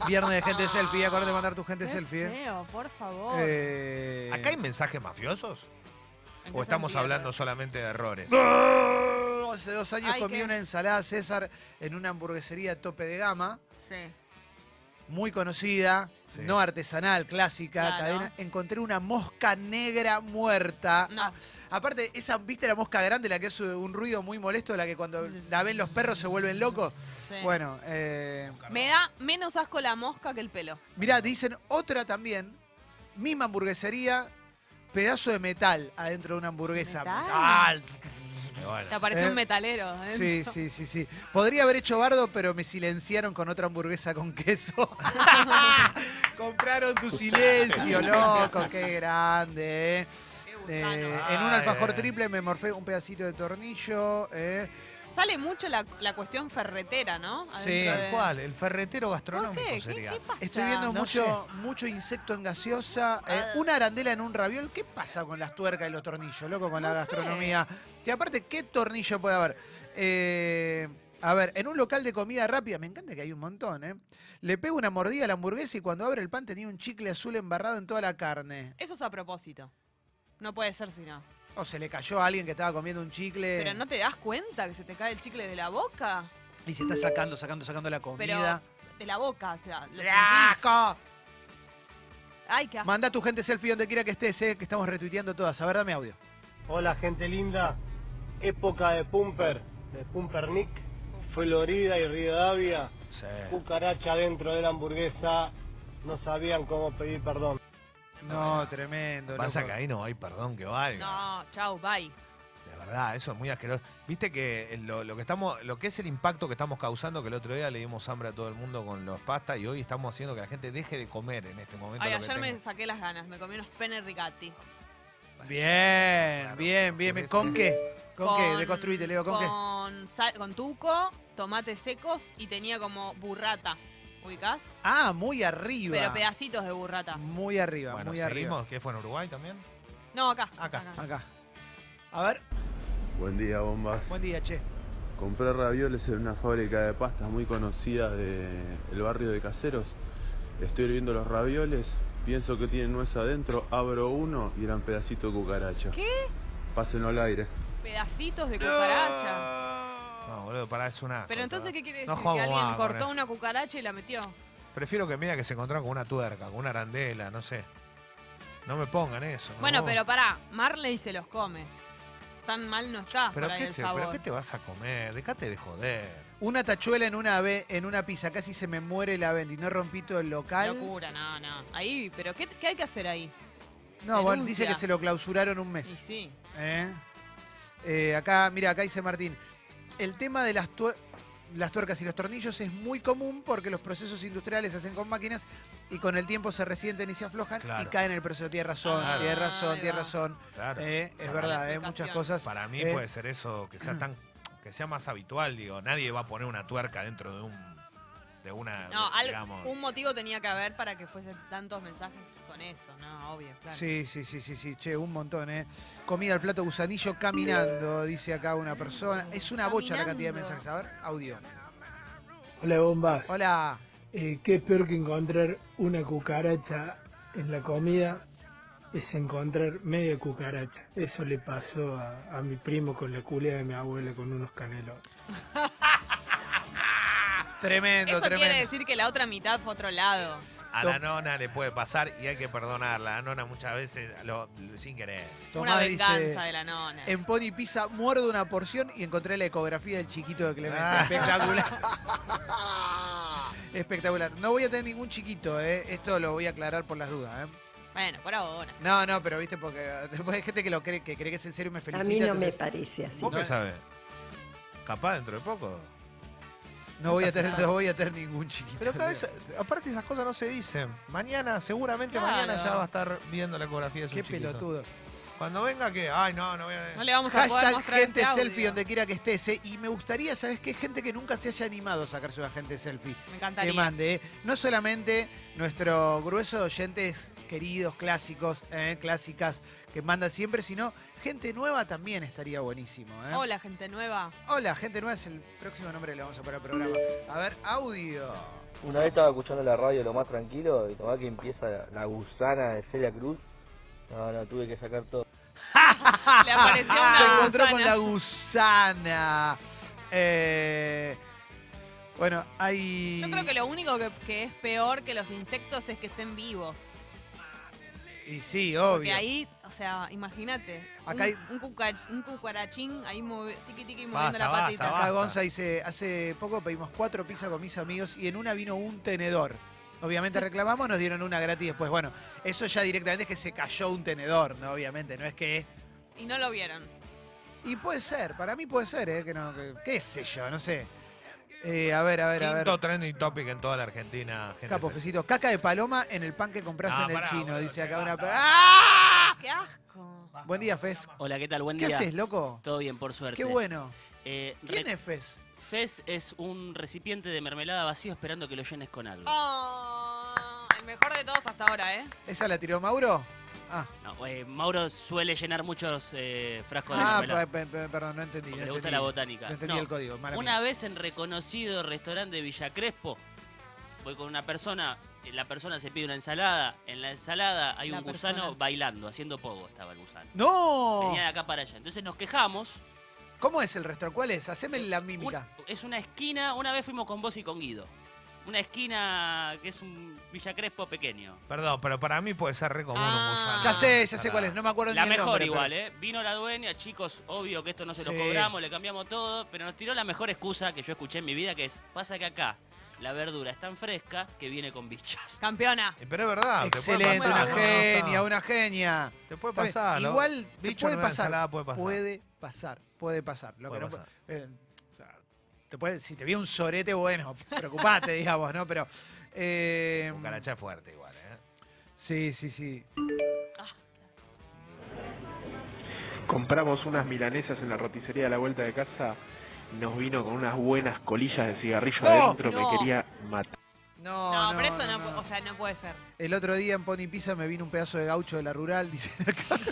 [SPEAKER 1] Viernes de gente selfie, acuérdate de mandar tu gente
[SPEAKER 2] Qué
[SPEAKER 1] selfie. eh.
[SPEAKER 2] feo, por favor.
[SPEAKER 1] Eh,
[SPEAKER 3] ¿Acá hay mensajes mafiosos?
[SPEAKER 2] ¿En qué
[SPEAKER 3] ¿O estamos
[SPEAKER 2] sentido?
[SPEAKER 3] hablando solamente de errores?
[SPEAKER 1] Hace dos años
[SPEAKER 2] Ay,
[SPEAKER 1] comí
[SPEAKER 2] qué-
[SPEAKER 1] una ensalada César en una hamburguesería tope de gama.
[SPEAKER 2] Sí.
[SPEAKER 1] muy conocida,
[SPEAKER 3] Sí.
[SPEAKER 1] no artesanal, clásica,
[SPEAKER 2] Claro.
[SPEAKER 1] cadena, encontré una mosca negra muerta.
[SPEAKER 2] No.
[SPEAKER 1] Ah, aparte, esa, ¿viste la mosca grande, la que es un ruido muy molesto, la que cuando la ven los perros se vuelven locos?
[SPEAKER 2] Sí.
[SPEAKER 1] Bueno, eh,
[SPEAKER 2] Me da menos asco la mosca que el pelo.
[SPEAKER 1] mirá, dicen otra también, misma hamburguesería, pedazo de metal adentro de una hamburguesa.
[SPEAKER 2] ¿Metal?
[SPEAKER 3] Y bueno,
[SPEAKER 2] Te apareció
[SPEAKER 1] Eh,
[SPEAKER 2] un metalero. adentro.
[SPEAKER 1] Sí, sí, sí, sí. Podría haber hecho bardo, pero me silenciaron con otra hamburguesa con queso. Compraron tu silencio, loco, qué grande. eh.
[SPEAKER 2] Qué
[SPEAKER 1] Eh,
[SPEAKER 2] gusano.
[SPEAKER 1] en un alfajor
[SPEAKER 3] Ay, eh.
[SPEAKER 1] triple me morfé un pedacito de tornillo. eh.
[SPEAKER 2] Sale mucho la, la cuestión ferretera, ¿no?
[SPEAKER 1] Sí,
[SPEAKER 2] Adentro
[SPEAKER 3] tal
[SPEAKER 2] de-
[SPEAKER 3] cual, el ferretero
[SPEAKER 2] ¿Por
[SPEAKER 3] gastronómico
[SPEAKER 2] qué? ¿Qué,
[SPEAKER 3] sería.
[SPEAKER 2] qué pasa?
[SPEAKER 1] Estoy viendo
[SPEAKER 3] no
[SPEAKER 1] mucho, mucho insecto en gaseosa, eh,
[SPEAKER 2] Ah.
[SPEAKER 1] una arandela en un raviol. ¿Qué pasa con las tuercas y los tornillos, loco, con la
[SPEAKER 2] No sé.
[SPEAKER 1] gastronomía? Y aparte, ¿qué tornillo puede haber? Eh, a ver, en un local de comida rápida, me encanta que hay un montón, ¿eh? Le pego una mordida a la hamburguesa y cuando abre el pan tenía un chicle azul embarrado en toda la carne.
[SPEAKER 2] Eso es a propósito. No puede ser si no.
[SPEAKER 1] O se le cayó a alguien que estaba comiendo un chicle
[SPEAKER 2] Pero no te das cuenta que se te cae el chicle de la boca.
[SPEAKER 1] y se está sacando, sacando, sacando la comida.
[SPEAKER 2] Pero de la boca. o sea, lo sentís.
[SPEAKER 1] ¡Asco!
[SPEAKER 2] Ay, qué asco.
[SPEAKER 1] Manda tu gente selfie donde quiera que estés, ¿eh? que estamos retuiteando todas. A ver, dame audio.
[SPEAKER 7] Hola gente linda, época de Pumper, de Pumpernick, Florida y Rivadavia,
[SPEAKER 3] Sí.
[SPEAKER 7] cucaracha dentro de la hamburguesa, no sabían cómo pedir perdón.
[SPEAKER 1] No, tremendo.
[SPEAKER 3] Pasa
[SPEAKER 1] loco.
[SPEAKER 3] que ahí no hay perdón que valga.
[SPEAKER 2] No, chau, bye.
[SPEAKER 3] De verdad, eso es muy asqueroso. Viste que eh, lo, lo que estamos, lo que es el impacto que estamos causando, que el otro día le dimos hambre a todo el mundo con los pastas y hoy estamos haciendo que la gente deje de comer en este momento.
[SPEAKER 2] Ay,
[SPEAKER 3] lo que
[SPEAKER 2] ayer me
[SPEAKER 3] tenga.
[SPEAKER 2] saqué las ganas. Me comí unos pene rigati.
[SPEAKER 1] Bien,
[SPEAKER 3] Claro,
[SPEAKER 1] bien, bien. bien. ¿Con
[SPEAKER 3] hamburguesa.
[SPEAKER 1] qué? ¿Con, qué? Deconstruite, Leo, ¿con, qué?
[SPEAKER 2] Con, sal- con tuco, tomates secos y tenía como burrata. ¿Ubicás?
[SPEAKER 1] Ah, muy arriba.
[SPEAKER 2] Pero pedacitos de burrata.
[SPEAKER 1] Muy arriba,
[SPEAKER 3] Bueno,
[SPEAKER 1] muy
[SPEAKER 3] seguimos,
[SPEAKER 1] arriba.
[SPEAKER 3] que fue en Uruguay también.
[SPEAKER 2] No, acá.
[SPEAKER 3] Acá.
[SPEAKER 1] Acá. A ver,
[SPEAKER 10] Buen día, bombas.
[SPEAKER 1] buen día, che.
[SPEAKER 10] Compré ravioles en una fábrica de pastas muy conocida del barrio de Caseros. Estoy hirviendo los ravioles, pienso que tienen nuez adentro, abro uno y eran pedacito de cucaracha.
[SPEAKER 2] ¿Qué?
[SPEAKER 10] Pásenlo al aire.
[SPEAKER 2] Pedacitos de cucaracha.
[SPEAKER 3] No, boludo, pará, es una.
[SPEAKER 2] Pero entonces, ¿qué quiere decir?
[SPEAKER 3] No
[SPEAKER 2] que
[SPEAKER 3] jugamos
[SPEAKER 2] alguien
[SPEAKER 3] más con
[SPEAKER 2] cortó
[SPEAKER 3] esto.
[SPEAKER 2] una cucaracha y la metió.
[SPEAKER 3] Prefiero que mira que se encontraron con una tuerca, con una arandela, no sé. No me pongan eso. no.
[SPEAKER 2] Bueno, pero pará, Marley se los come. Tan mal no está
[SPEAKER 3] Pero
[SPEAKER 2] por ahí
[SPEAKER 3] qué,
[SPEAKER 2] el
[SPEAKER 3] che, pero
[SPEAKER 2] sabor.
[SPEAKER 3] qué te vas a comer? Dejate de joder.
[SPEAKER 1] Una tachuela en una, ave- en una pizza, casi se me muere la venta y no rompí todo el local.
[SPEAKER 2] Locura, no, no. Ahí, pero ¿qué, qué hay que hacer ahí?
[SPEAKER 1] No, bueno, dice
[SPEAKER 2] Denuncia.
[SPEAKER 1] que se lo clausuraron un
[SPEAKER 2] Y
[SPEAKER 1] mes.
[SPEAKER 2] sí.
[SPEAKER 1] ¿eh? Eh, acá, mira, acá dice Martín. El tema de las, tue- las tuercas y los tornillos es muy común porque los procesos industriales se hacen con máquinas y con el tiempo se resienten y se aflojan y
[SPEAKER 3] Claro.
[SPEAKER 1] caen en el proceso. Tienes razón,
[SPEAKER 3] Claro.
[SPEAKER 1] tienes
[SPEAKER 2] Ahí
[SPEAKER 1] razón,
[SPEAKER 2] va.
[SPEAKER 1] tienes razón.
[SPEAKER 3] Claro.
[SPEAKER 1] Eh, es
[SPEAKER 3] Para
[SPEAKER 1] verdad,
[SPEAKER 2] la
[SPEAKER 1] eh, muchas
[SPEAKER 2] explicación.
[SPEAKER 1] cosas.
[SPEAKER 3] Para mí
[SPEAKER 1] Eh,
[SPEAKER 3] puede ser eso, que sea tan que sea más habitual, digo, nadie va a poner una tuerca dentro de un de una
[SPEAKER 2] No, al-
[SPEAKER 3] digamos.
[SPEAKER 2] un motivo tenía que haber para que fuesen tantos mensajes con eso, no, obvio, claro.
[SPEAKER 1] Sí, sí, sí, sí, sí, che, un montón, ¿eh? Comida al plato gusanillo caminando, dice acá una persona. Es una bocha la cantidad de
[SPEAKER 2] Caminando.
[SPEAKER 1] mensajes. A ver, audio.
[SPEAKER 7] Hola bombas,
[SPEAKER 1] Hola.
[SPEAKER 7] Eh, qué peor que encontrar una cucaracha en la comida es encontrar media cucaracha. Eso le pasó a, a mi primo con la culia de mi abuela con unos canelos.
[SPEAKER 1] Tremendo,
[SPEAKER 2] Eso
[SPEAKER 1] tremendo.
[SPEAKER 2] quiere decir que la otra mitad fue a otro lado.
[SPEAKER 3] A la nona le puede pasar y hay que perdonarla. La nona muchas veces lo- sin querer.
[SPEAKER 2] una
[SPEAKER 1] Tomás dice, Em-
[SPEAKER 2] venganza de la nona.
[SPEAKER 1] En Pony Pizza muerdo una porción y encontré la ecografía del chiquito de Clemente. Espectacular. Espectacular. No voy a tener ningún chiquito, ¿eh? Esto lo voy a aclarar por las dudas, ¿eh?
[SPEAKER 2] Bueno, por ahora.
[SPEAKER 1] No, no, pero viste, porque después hay gente que lo cree, que cree que es en serio y me felicita.
[SPEAKER 9] A mí no me
[SPEAKER 1] entonces
[SPEAKER 9] parece así.
[SPEAKER 3] ¿Vos
[SPEAKER 1] no-
[SPEAKER 3] qué sabés? Capaz dentro de poco.
[SPEAKER 1] no voy a
[SPEAKER 3] Nunca se
[SPEAKER 1] tener,
[SPEAKER 3] sabe.
[SPEAKER 1] no voy a tener ningún chiquito.
[SPEAKER 3] Pero cada
[SPEAKER 1] Dios.
[SPEAKER 3] vez- aparte esas cosas no se dicen. Mañana, seguramente
[SPEAKER 2] Claro.
[SPEAKER 3] mañana ya va a estar viendo la ecografía de su
[SPEAKER 1] Qué
[SPEAKER 3] chiquito.
[SPEAKER 1] pelotudo.
[SPEAKER 3] Cuando venga que, ay no, no voy a
[SPEAKER 2] No le vamos a poder
[SPEAKER 1] Hashtag
[SPEAKER 2] mostrar
[SPEAKER 1] gente
[SPEAKER 2] este audio.
[SPEAKER 1] selfie donde quiera que estés. ¿eh? Y me gustaría, ¿sabes qué? Gente que nunca se haya animado a sacarse una gente selfie.
[SPEAKER 2] Me
[SPEAKER 1] que
[SPEAKER 2] encantaría.
[SPEAKER 1] mande. ¿eh? No solamente nuestro grueso de oyentes queridos, clásicos, ¿eh? clásicas, que manda siempre, sino gente nueva también estaría buenísimo. ¿eh?
[SPEAKER 2] Hola, gente nueva.
[SPEAKER 1] Hola, gente nueva es el próximo nombre que le vamos a poner al programa. A ver, audio.
[SPEAKER 7] Una vez estaba escuchando la radio lo más tranquilo y nomás que empieza la, la gusana de Celia Cruz. No, no, tuve que sacar todo.
[SPEAKER 1] Ah,
[SPEAKER 2] Le apareció una
[SPEAKER 1] Se encontró
[SPEAKER 2] manzana.
[SPEAKER 1] con la gusana. Eh, Bueno, hay.
[SPEAKER 2] Yo creo que lo único que, que es peor que los insectos es que estén vivos.
[SPEAKER 1] Y sí,
[SPEAKER 2] Porque
[SPEAKER 1] obvio.
[SPEAKER 2] ahí, o sea, imagínate.
[SPEAKER 1] Acá
[SPEAKER 2] un,
[SPEAKER 1] hay-
[SPEAKER 2] un, cucach- un cucarachín ahí movi- tiqui tiqui moviendo
[SPEAKER 3] Basta,
[SPEAKER 2] la
[SPEAKER 3] basta,
[SPEAKER 2] patita.
[SPEAKER 1] Acá
[SPEAKER 3] basta.
[SPEAKER 1] Gonza dice, hace poco pedimos cuatro pizzas con mis amigos y en una vino un tenedor. Obviamente reclamamos, nos dieron una gratis después. Bueno, eso ya directamente es que se cayó un tenedor, ¿no? Obviamente, no es que...
[SPEAKER 2] Y no lo vieron.
[SPEAKER 1] Y puede ser, para mí puede ser, ¿eh? Que no, que- qué sé yo, no sé. Eh, a ver, a ver, a ver.
[SPEAKER 3] Quinto trending topic en toda la Argentina, gente.
[SPEAKER 1] Capofecito, caca de paloma en el pan que compras
[SPEAKER 3] Ah,
[SPEAKER 1] en el
[SPEAKER 3] pará,
[SPEAKER 1] chino,
[SPEAKER 3] boludo,
[SPEAKER 1] dice
[SPEAKER 3] che,
[SPEAKER 1] acá una...
[SPEAKER 3] basta.
[SPEAKER 1] ¡Ah!
[SPEAKER 2] ¡Qué asco!
[SPEAKER 1] Buen día, Fez.
[SPEAKER 11] Hola, ¿qué tal? Buen
[SPEAKER 1] ¿Qué
[SPEAKER 11] día.
[SPEAKER 1] haces, loco?
[SPEAKER 11] Todo bien, por suerte.
[SPEAKER 1] Qué bueno.
[SPEAKER 11] Eh,
[SPEAKER 1] ¿Quién
[SPEAKER 11] re-
[SPEAKER 1] es Fez?
[SPEAKER 11] Fez es un recipiente de mermelada vacío esperando que lo llenes con algo.
[SPEAKER 2] Oh, el mejor de todos hasta ahora, ¿eh?
[SPEAKER 1] ¿Esa la tiró Mauro? Ah,
[SPEAKER 11] No, eh, Mauro suele llenar muchos eh, frascos de
[SPEAKER 1] ah
[SPEAKER 11] mermelada.
[SPEAKER 1] pe- pe- perdón, no entendí.
[SPEAKER 11] Porque
[SPEAKER 1] no
[SPEAKER 11] le gusta
[SPEAKER 1] entendí.
[SPEAKER 11] la botánica.
[SPEAKER 1] No entendí
[SPEAKER 11] No,
[SPEAKER 1] el código. mala mía.
[SPEAKER 11] Una vez en reconocido restaurante de Villa Crespo, voy con una persona, eh, la persona se pide una ensalada, en la ensalada hay
[SPEAKER 2] La
[SPEAKER 11] un gusano
[SPEAKER 2] persona.
[SPEAKER 11] bailando, haciendo pogo estaba el gusano.
[SPEAKER 1] ¡No!
[SPEAKER 11] Venía de acá para allá. Entonces nos quejamos.
[SPEAKER 1] ¿Cómo es el restaurante? ¿Cuál es? Haceme la mímica.
[SPEAKER 11] Un- es una esquina, una vez fuimos con vos y con Guido. Una esquina que es un Villa Crespo pequeño.
[SPEAKER 3] Perdón, pero para mí puede ser re común un
[SPEAKER 2] Ah.
[SPEAKER 3] gusano.
[SPEAKER 1] Ya sé, ya sé
[SPEAKER 3] Pará.
[SPEAKER 1] cuál es. No me acuerdo
[SPEAKER 11] La
[SPEAKER 1] ni el
[SPEAKER 11] mejor
[SPEAKER 1] nombre,
[SPEAKER 11] igual,
[SPEAKER 1] pero-
[SPEAKER 11] ¿eh? Vino la dueña, chicos, obvio que esto no se lo
[SPEAKER 1] Sí.
[SPEAKER 11] cobramos, le cambiamos todo, pero nos tiró la mejor excusa que yo escuché en mi vida, que es, pasa que acá la verdura es tan fresca que viene con bichas.
[SPEAKER 2] Campeona.
[SPEAKER 3] Eh, Pero es verdad. te puede
[SPEAKER 1] Excelente,
[SPEAKER 3] pasar,
[SPEAKER 1] una
[SPEAKER 3] no, no, está.
[SPEAKER 1] genia, una genia.
[SPEAKER 3] Te puede
[SPEAKER 1] Está bien.
[SPEAKER 3] pasar. ¿no?
[SPEAKER 1] Igual te
[SPEAKER 3] Bicho
[SPEAKER 1] puede
[SPEAKER 3] en una
[SPEAKER 1] pasar.
[SPEAKER 3] ensalada puede pasar.
[SPEAKER 1] Puede pasar, puede pasar. Lo que
[SPEAKER 3] Puede
[SPEAKER 1] no
[SPEAKER 3] pasar.
[SPEAKER 1] puede- eh, o sea, te puede- si te vi un sorete, bueno, preocupate, digamos, ¿no? Pero. eh,
[SPEAKER 3] Cucaracha es fuerte igual, ¿eh?
[SPEAKER 1] sí, sí, sí.
[SPEAKER 12] compramos unas milanesas en la roticería de la vuelta de casa, nos vino con unas buenas colillas de cigarrillo
[SPEAKER 1] ¡No!
[SPEAKER 12] adentro,
[SPEAKER 2] ¡No!
[SPEAKER 12] me quería matar.
[SPEAKER 1] No,
[SPEAKER 2] No,
[SPEAKER 1] no,
[SPEAKER 2] pero eso no,
[SPEAKER 1] no,
[SPEAKER 2] pu-
[SPEAKER 1] no.
[SPEAKER 2] o sea, no puede ser.
[SPEAKER 1] El otro día en Pony Pizza me vino un pedazo de gaucho de la rural, dice acá.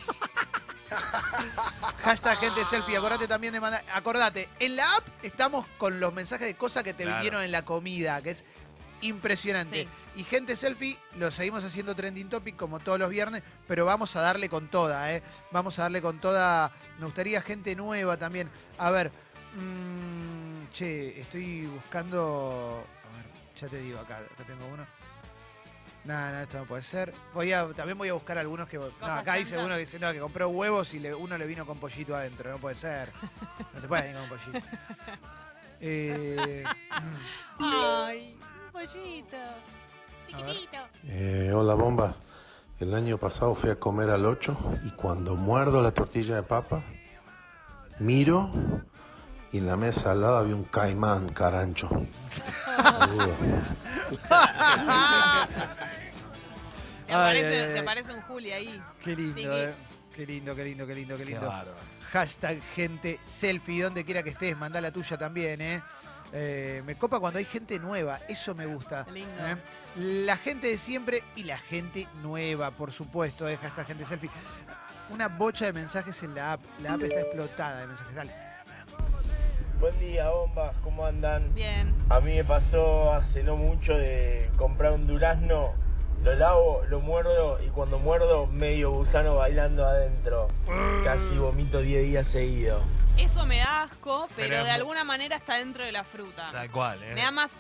[SPEAKER 1] Hashtag gente selfie, acordate también de mandar. Acordate, en la app estamos con los mensajes de cosas que te
[SPEAKER 3] Claro.
[SPEAKER 1] vinieron en la comida, que es impresionante.
[SPEAKER 2] Sí.
[SPEAKER 1] Y gente selfie, lo seguimos haciendo trending topic como todos los viernes, pero vamos a darle con toda, ¿eh? Vamos a darle con toda. Me gustaría gente nueva también. A ver, mm, che, estoy buscando. A ver, ya te digo acá, acá tengo uno. No, no, esto no puede ser. Voy a, también voy a buscar algunos que. No,
[SPEAKER 2] Cosas
[SPEAKER 1] acá dice
[SPEAKER 2] chantas.
[SPEAKER 1] uno que dice no, que compró huevos y le- uno le vino con pollito adentro. No puede ser. No te puedes venir con pollito. Eh, mm,
[SPEAKER 2] Ay, pollito.
[SPEAKER 1] a ver.
[SPEAKER 2] Tiquitito.
[SPEAKER 13] Eh, hola bomba. El año pasado fui a comer al 8 y cuando muerdo la tortilla de papa, miro y en la mesa al lado había un caimán carancho. Saludos.
[SPEAKER 2] Te,
[SPEAKER 1] Ay,
[SPEAKER 2] aparece,
[SPEAKER 1] ay, ay.
[SPEAKER 2] te aparece un Juli ahí.
[SPEAKER 1] Qué lindo,
[SPEAKER 2] Tiki.
[SPEAKER 1] eh. Qué lindo, qué lindo, qué lindo, qué
[SPEAKER 3] Qué
[SPEAKER 1] lindo.
[SPEAKER 3] bárbaro.
[SPEAKER 1] Hashtag gente selfie, donde quiera que estés, mandá la tuya también, ¿eh? Eh, Me copa cuando hay gente nueva, eso me gusta.
[SPEAKER 2] Lindo.
[SPEAKER 1] ¿eh? La gente de siempre y la gente nueva, por supuesto, ¿eh? hashtag gente selfie. Una bocha de mensajes en la app. La app está explotada de mensajes. Dale.
[SPEAKER 14] Buen día, bombas, ¿cómo andan?
[SPEAKER 2] Bien.
[SPEAKER 14] A mí me pasó hace no mucho de comprar un durazno, lo lavo, lo muerdo y cuando muerdo, medio gusano bailando adentro. Casi vomito 10 días seguido.
[SPEAKER 2] Eso me da asco, pero,
[SPEAKER 3] Pero-
[SPEAKER 2] de alguna manera está dentro de la fruta.
[SPEAKER 3] Tal cual, ¿eh?
[SPEAKER 2] Me da más.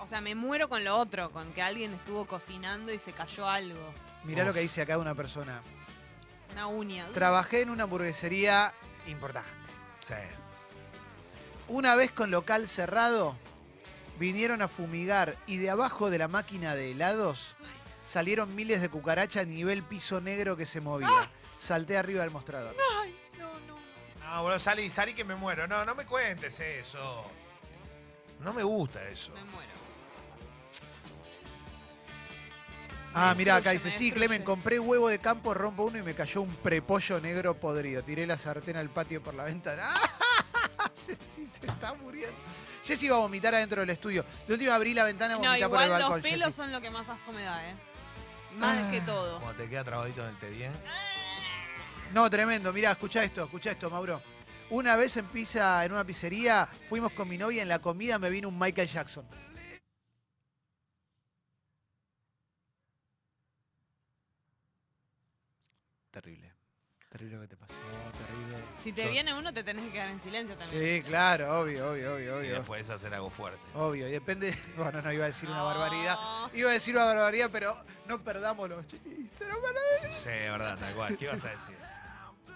[SPEAKER 2] O sea, me muero con lo otro, con que alguien estuvo cocinando y se cayó algo.
[SPEAKER 1] Mirá lo que dice acá una persona.
[SPEAKER 2] Una uña.
[SPEAKER 1] Trabajé en una hamburguesería importante.
[SPEAKER 3] Sí.
[SPEAKER 1] Una vez con local cerrado, vinieron a fumigar y de abajo de la máquina de helados salieron miles de cucarachas a nivel piso negro que se movía. Salté arriba del mostrador.
[SPEAKER 2] Ay, ¡Ah! no, no.
[SPEAKER 3] No, boludo, salí, salí que me muero. No, no me cuentes eso. No me gusta eso.
[SPEAKER 2] Me muero.
[SPEAKER 1] Ah,
[SPEAKER 2] Me
[SPEAKER 1] mira Ah, acá
[SPEAKER 2] destruye,
[SPEAKER 1] dice,
[SPEAKER 2] me
[SPEAKER 1] sí,
[SPEAKER 2] destruye".
[SPEAKER 1] Clemen, compré huevo de campo, rompo uno y me cayó un prepollo negro podrido. Tiré la sartén al patio por la ventana. ¡Ah! Jessy se está muriendo. Jessy va a vomitar adentro del estudio. De última abrí la ventana,
[SPEAKER 2] No,
[SPEAKER 1] vomita por el
[SPEAKER 2] igual los
[SPEAKER 1] balcón,
[SPEAKER 2] pelos
[SPEAKER 1] Jessy.
[SPEAKER 2] son lo que más asco me da, ¿eh? Más
[SPEAKER 1] Ah.
[SPEAKER 2] que todo.
[SPEAKER 3] Cuando te queda trabadito en el té bien.
[SPEAKER 1] No, tremendo. Mirá, escucha esto, escucha esto, Mauro. Una vez en pizza, en una pizzería, fuimos con mi novia en la comida, me vino un Michael Jackson. Terrible. terrible lo que te pasó, terrible.
[SPEAKER 2] Si te
[SPEAKER 1] Sos-
[SPEAKER 2] viene uno, te tenés que quedar en silencio también.
[SPEAKER 1] Sí, claro, obvio, obvio, obvio,
[SPEAKER 3] Y
[SPEAKER 1] obvio.
[SPEAKER 3] le puedes hacer algo fuerte.
[SPEAKER 1] Obvio, y depende. Bueno, no iba a decir una barbaridad. Iba a decir una barbaridad, pero no perdamos los chistes. No, perdamos-
[SPEAKER 3] Sí, de verdad, tal cual. ¿Qué vas a decir?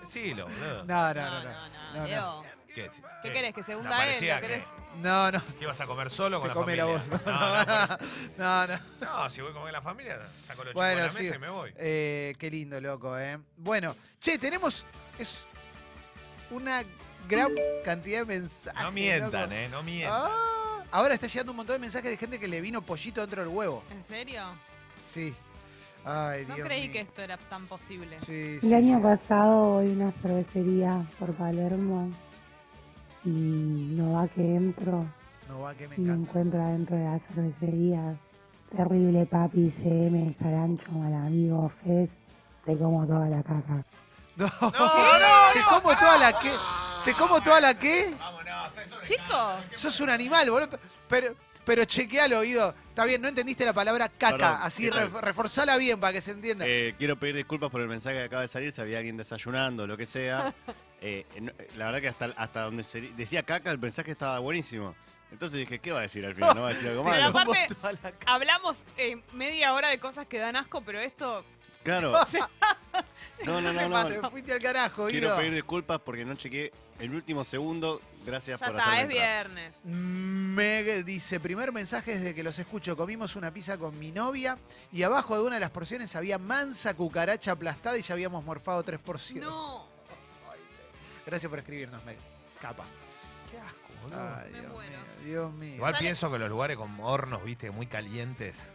[SPEAKER 3] Decilo, boludo.
[SPEAKER 1] no, no. no, no, no, no.
[SPEAKER 2] Leo,
[SPEAKER 3] ¿Qué,
[SPEAKER 2] ¿qué querés? ¿Que se
[SPEAKER 3] ¿La
[SPEAKER 2] hunda él?
[SPEAKER 3] parecía
[SPEAKER 2] ¿Lo
[SPEAKER 3] que-
[SPEAKER 2] querés?
[SPEAKER 1] No, no.
[SPEAKER 3] ¿Qué vas a comer solo con
[SPEAKER 1] Te
[SPEAKER 3] la
[SPEAKER 1] come
[SPEAKER 3] familia?
[SPEAKER 1] la voz.
[SPEAKER 3] No, no, por eso.
[SPEAKER 1] No, no.
[SPEAKER 3] No, si voy a comer con la familia, saco los
[SPEAKER 1] Bueno,
[SPEAKER 3] chicos de
[SPEAKER 1] sí.
[SPEAKER 3] la mesa y me voy.
[SPEAKER 1] Eh, qué lindo, loco, ¿eh? Bueno, che, tenemos es una gran cantidad de mensajes.
[SPEAKER 3] No mientan,
[SPEAKER 1] loco.
[SPEAKER 3] eh, no mientan.
[SPEAKER 1] Ah, ahora está llegando un montón de mensajes de gente que le vino pollito dentro del huevo.
[SPEAKER 2] ¿En serio?
[SPEAKER 1] Sí. Ay,
[SPEAKER 2] No
[SPEAKER 1] Dios
[SPEAKER 2] creí
[SPEAKER 1] mío.
[SPEAKER 2] que esto era tan posible.
[SPEAKER 1] Sí,
[SPEAKER 15] El
[SPEAKER 1] sí,
[SPEAKER 15] año
[SPEAKER 1] sí.
[SPEAKER 15] pasado voy a una cervecería por Palermo y no va que entro
[SPEAKER 1] No va que me
[SPEAKER 15] y me
[SPEAKER 1] encanta.
[SPEAKER 15] encuentro adentro de la cervecería. Terrible papi, CM, Sarancho, mal amigo, Fez, te como toda la caja.
[SPEAKER 1] No, te como toda la que. Te como toda la que.
[SPEAKER 2] Chicos.
[SPEAKER 1] Sos un animal, boludo. Pero, pero chequea al oído. Está bien, no entendiste la palabra caca.
[SPEAKER 4] Perdón,
[SPEAKER 1] así
[SPEAKER 4] ¿qué tal?
[SPEAKER 1] ref- reforzala bien para que se entienda.
[SPEAKER 4] Eh, quiero pedir disculpas por el mensaje que acaba de salir, si había alguien desayunando, lo que sea. Eh, no- la verdad que hasta, hasta donde se- decía caca, el mensaje estaba buenísimo. Entonces dije, ¿qué va a decir al final? ¿No va a decir algo
[SPEAKER 2] Pero
[SPEAKER 4] malo?
[SPEAKER 2] aparte, hablamos eh, media hora de cosas que dan asco, pero esto.
[SPEAKER 4] Claro. No, no, no,
[SPEAKER 1] Te
[SPEAKER 4] no.
[SPEAKER 1] fuiste al carajo,
[SPEAKER 4] Quiero
[SPEAKER 1] Guido.
[SPEAKER 4] pedir disculpas porque no chequeé el último segundo. Gracias
[SPEAKER 2] Ya
[SPEAKER 4] por
[SPEAKER 2] está,
[SPEAKER 4] hacerme
[SPEAKER 2] es
[SPEAKER 4] entrar.
[SPEAKER 2] viernes.
[SPEAKER 1] Meg dice, primer mensaje desde que los escucho, comimos una pizza con mi novia y abajo de una de las porciones había mansa cucaracha aplastada y ya habíamos morfado 3%.
[SPEAKER 2] No,
[SPEAKER 1] Gracias por escribirnos, Meg. Capa. Qué asco,
[SPEAKER 3] boludo.
[SPEAKER 1] Ah. Ay,
[SPEAKER 2] me
[SPEAKER 1] Dios
[SPEAKER 2] muero.
[SPEAKER 1] mío, Dios mío.
[SPEAKER 3] Igual
[SPEAKER 2] Sale-
[SPEAKER 3] pienso que los lugares con hornos, viste, muy calientes,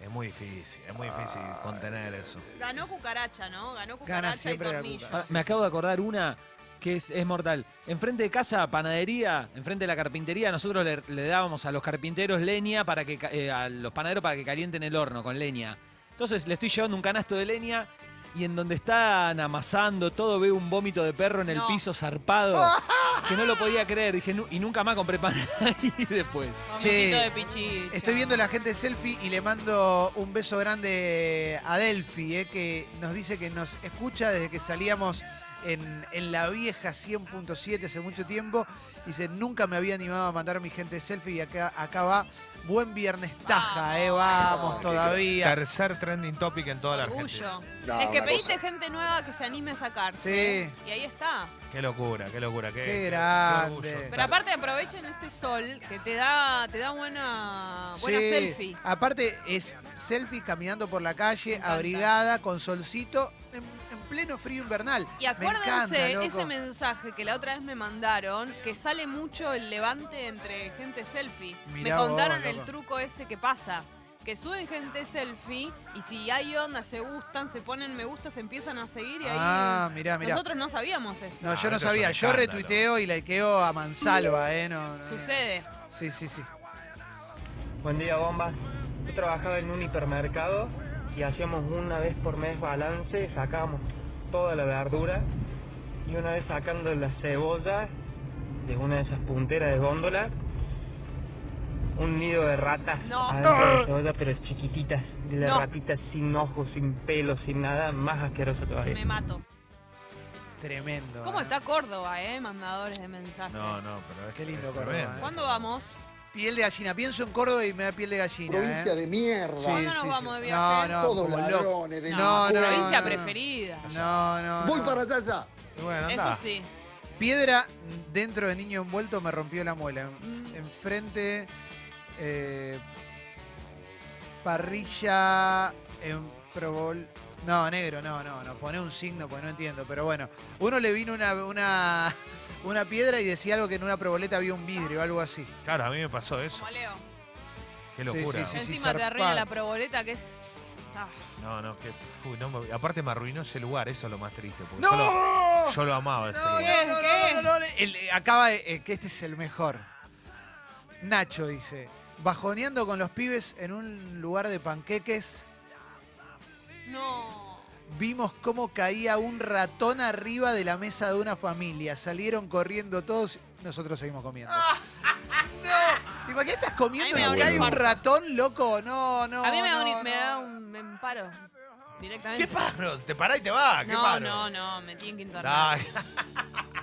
[SPEAKER 3] es muy difícil, es muy difícil contener eso.
[SPEAKER 2] Ganó cucaracha, ¿no? Ganó cucaracha y
[SPEAKER 1] siempre la
[SPEAKER 2] tornillo.
[SPEAKER 5] Ahora, Ah, me acabo de acordar una que es, es mortal. Enfrente de casa, panadería, enfrente de la carpintería, nosotros le, le dábamos a los carpinteros leña para que ca- eh, a los panaderos para que calienten el horno con leña. Entonces le estoy llevando un canasto de leña y en donde están amasando todo veo un vómito de perro en el
[SPEAKER 2] No.
[SPEAKER 5] piso zarpado que no lo podía creer. Dije, "Nu- y nunca más compré pan ahí después.
[SPEAKER 1] Che,
[SPEAKER 2] Vomitito de pichicho.
[SPEAKER 1] Estoy viendo la gente selfie y le mando un beso grande a Delphi, eh, que nos dice que nos escucha desde que salíamos en, en la vieja 100.7 hace mucho tiempo. Dice, nunca me había animado a mandar mi gente selfie y acá, acá va. Buen viernes
[SPEAKER 2] Ah,
[SPEAKER 1] taja, eh, vamos todavía.
[SPEAKER 3] Tercer trending topic en toda la Argentina.
[SPEAKER 2] Orgullo.
[SPEAKER 1] No,
[SPEAKER 2] es que
[SPEAKER 1] una
[SPEAKER 2] pediste gente nueva que se anime a sacarse.
[SPEAKER 1] Sí.
[SPEAKER 2] Y ahí está.
[SPEAKER 3] Qué locura, qué locura, qué,
[SPEAKER 1] Qué
[SPEAKER 3] qué- qué
[SPEAKER 1] grande.
[SPEAKER 3] orgullo.
[SPEAKER 2] Pero aparte aprovechen este sol que te da, te da buena, buena
[SPEAKER 1] Sí.
[SPEAKER 2] selfie.
[SPEAKER 1] Aparte es selfie caminando por la calle,
[SPEAKER 2] encanta.
[SPEAKER 1] abrigada, con solcito, en, en pleno frío invernal.
[SPEAKER 2] Y
[SPEAKER 1] Me
[SPEAKER 2] acuérdense
[SPEAKER 1] encanta, loco.
[SPEAKER 2] ese mensaje que la otra vez me mandaron, que sale mucho el levante entre gente selfie.
[SPEAKER 1] Mirá
[SPEAKER 2] me
[SPEAKER 1] vos,
[SPEAKER 2] contaron
[SPEAKER 1] loco.
[SPEAKER 2] el truco ese que pasa. Que suben gente selfie y si hay onda, se gustan, se ponen me gusta, se empiezan a seguir y ahí.
[SPEAKER 1] Ah, mirá, mirá.
[SPEAKER 2] Nosotros no sabíamos esto.
[SPEAKER 1] No,
[SPEAKER 3] Ah,
[SPEAKER 1] yo no
[SPEAKER 3] esto es
[SPEAKER 1] sabía.
[SPEAKER 3] un
[SPEAKER 1] Yo
[SPEAKER 3] escándalo.
[SPEAKER 1] retuiteo y likeo a mansalva, ¿eh? No, no,
[SPEAKER 2] Sucede.
[SPEAKER 1] Sí, sí, sí.
[SPEAKER 7] Buen día, bombas. Yo trabajaba en un hipermercado y hacíamos una vez por mes balance, sacábamos toda la verdura y una vez sacando las cebollas de una de esas punteras de góndola, un nido de ratas.
[SPEAKER 2] No.
[SPEAKER 7] adentro de la cebolla, pero chiquititas, de las
[SPEAKER 2] No.
[SPEAKER 7] ratitas sin ojos, sin pelo, sin nada, más asqueroso todavía.
[SPEAKER 2] Me mato.
[SPEAKER 1] Tremendo.
[SPEAKER 2] ¿Cómo
[SPEAKER 1] ¿eh?
[SPEAKER 2] está Córdoba, eh? Mandadores de mensajes.
[SPEAKER 3] No, no, pero es
[SPEAKER 1] Qué lindo
[SPEAKER 3] es
[SPEAKER 1] Córdoba,
[SPEAKER 3] tremendo.
[SPEAKER 1] eh.
[SPEAKER 2] ¿Cuándo vamos?
[SPEAKER 1] Piel de gallina. Pienso en Córdoba y me da piel de gallina.
[SPEAKER 16] Provincia
[SPEAKER 1] ¿eh?
[SPEAKER 16] de mierda.
[SPEAKER 1] Sí,
[SPEAKER 2] nos
[SPEAKER 1] sí,
[SPEAKER 2] vamos
[SPEAKER 1] sí.
[SPEAKER 2] de
[SPEAKER 1] No,
[SPEAKER 2] viaje?
[SPEAKER 1] no,
[SPEAKER 16] Todos
[SPEAKER 1] como loco.
[SPEAKER 16] ladrones. de
[SPEAKER 1] No, no,
[SPEAKER 16] mierda.
[SPEAKER 1] no,
[SPEAKER 2] Provincia
[SPEAKER 1] no.
[SPEAKER 2] preferida.
[SPEAKER 1] No, no.
[SPEAKER 16] Voy
[SPEAKER 1] no.
[SPEAKER 16] para allá, ya.
[SPEAKER 3] Y bueno,
[SPEAKER 2] Eso
[SPEAKER 3] anda.
[SPEAKER 2] sí.
[SPEAKER 1] Piedra dentro de niño envuelto me rompió la muela.
[SPEAKER 2] Mm,
[SPEAKER 1] Enfrente. eh, parrilla en Provol. No, negro, no, no, no. Pone un signo porque no entiendo. Pero bueno, uno le vino una, una, una piedra y decía algo que en una proboleta había un vidrio, algo así.
[SPEAKER 3] Claro, a mí me pasó eso.
[SPEAKER 2] Como Leo.
[SPEAKER 3] Qué
[SPEAKER 1] Sí,
[SPEAKER 3] locura.
[SPEAKER 1] sí, sí,
[SPEAKER 2] Encima te arruina
[SPEAKER 1] zarpado.
[SPEAKER 2] la proboleta que es. Ah.
[SPEAKER 3] No, no, que. uy, no me- aparte me arruinó ese lugar, eso es lo más triste. Porque
[SPEAKER 1] ¡No!
[SPEAKER 3] yo, lo, yo lo amaba ese
[SPEAKER 1] No,
[SPEAKER 3] lugar.
[SPEAKER 1] no, no,
[SPEAKER 2] ¿Qué?
[SPEAKER 1] no, no, no, el- eh, acaba de- eh, que este es el mejor. Nacho dice, bajoneando con los pibes en un lugar de panqueques,
[SPEAKER 2] No.
[SPEAKER 1] vimos cómo caía un ratón arriba de la mesa de una familia. Salieron corriendo todos, nosotros seguimos comiendo. ¡No! ¿Te imaginas estás comiendo
[SPEAKER 2] Ah, A mí me da
[SPEAKER 1] y
[SPEAKER 2] un
[SPEAKER 1] cae un
[SPEAKER 2] infarto.
[SPEAKER 1] ratón, loco? No, no.
[SPEAKER 2] a mí me da
[SPEAKER 1] no,
[SPEAKER 2] un, me
[SPEAKER 1] no.
[SPEAKER 2] da un- me paro. Directamente.
[SPEAKER 3] ¿Qué paro? Te pará y te vas. ¿Qué
[SPEAKER 2] no,
[SPEAKER 3] paro?
[SPEAKER 2] no, no, me tienen que internar.
[SPEAKER 3] Dai.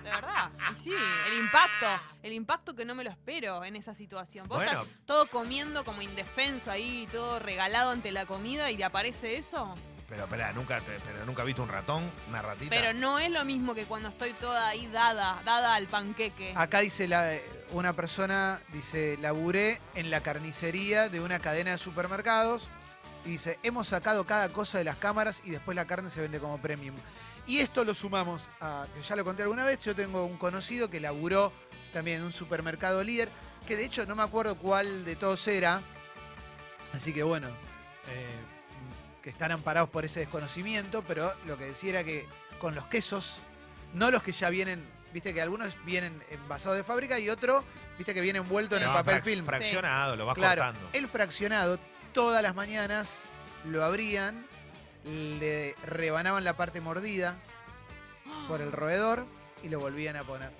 [SPEAKER 2] De verdad. Y sí, el impacto. El impacto que no me lo espero en esa situación. Vos
[SPEAKER 3] Bueno.
[SPEAKER 2] estás todo comiendo como indefenso ahí, todo regalado ante la comida y te aparece eso.
[SPEAKER 3] Pero pará, nunca, te- pero nunca viste un ratón, una ratita.
[SPEAKER 2] Pero no es lo mismo que cuando estoy toda ahí dada, dada al panqueque.
[SPEAKER 1] Acá dice la, una persona, dice, laburé en la carnicería de una cadena de supermercados y dice, hemos sacado cada cosa de las cámaras y después la carne se vende como premium. Y esto lo sumamos a, que ya lo conté alguna vez, yo tengo un conocido que laburó también en un supermercado líder, que de hecho no me acuerdo cuál de todos era, así que bueno, eh, que están amparados por ese desconocimiento, pero lo que decía era que con los quesos, no los que ya vienen, viste que algunos vienen envasados de fábrica y otro, viste que viene envuelto en
[SPEAKER 3] No,
[SPEAKER 1] el papel
[SPEAKER 3] frac-
[SPEAKER 1] film.
[SPEAKER 3] Fraccionado, lo vas
[SPEAKER 1] Claro,
[SPEAKER 3] cortando.
[SPEAKER 1] el fraccionado todas las mañanas lo abrían, le rebanaban la parte mordida por el roedor y lo volvían a poner.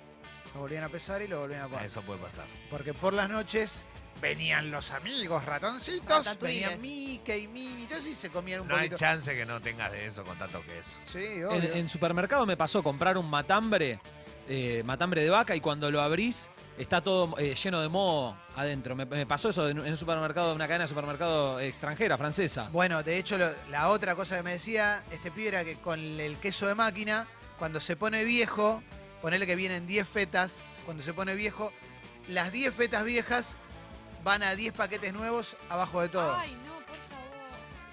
[SPEAKER 1] Lo volvían a pesar y lo volvían a poner.
[SPEAKER 3] Eso puede pasar.
[SPEAKER 1] Porque por las noches venían los amigos ratoncitos,
[SPEAKER 2] Ratatouilles.
[SPEAKER 1] venían Mickey, Minnie, y todo eso, y se comían un
[SPEAKER 3] No hay
[SPEAKER 1] poquito.
[SPEAKER 3] chance que no tengas de eso con tanto que eso.
[SPEAKER 1] Sí,
[SPEAKER 5] En,
[SPEAKER 1] obvio.
[SPEAKER 5] en supermercado me pasó comprar un matambre, eh, matambre de vaca, y cuando lo abrís está todo eh, lleno de moho adentro. Me, me pasó eso en, en un supermercado, en una cadena de supermercado extranjera, francesa.
[SPEAKER 1] Bueno, de hecho, lo- la otra cosa que me decía este pibe era que con el queso de máquina, cuando se pone viejo, ponele que vienen 10 fetas, cuando se pone viejo, las 10 fetas viejas van a 10 paquetes nuevos abajo de todo.
[SPEAKER 2] Ay, no, por favor.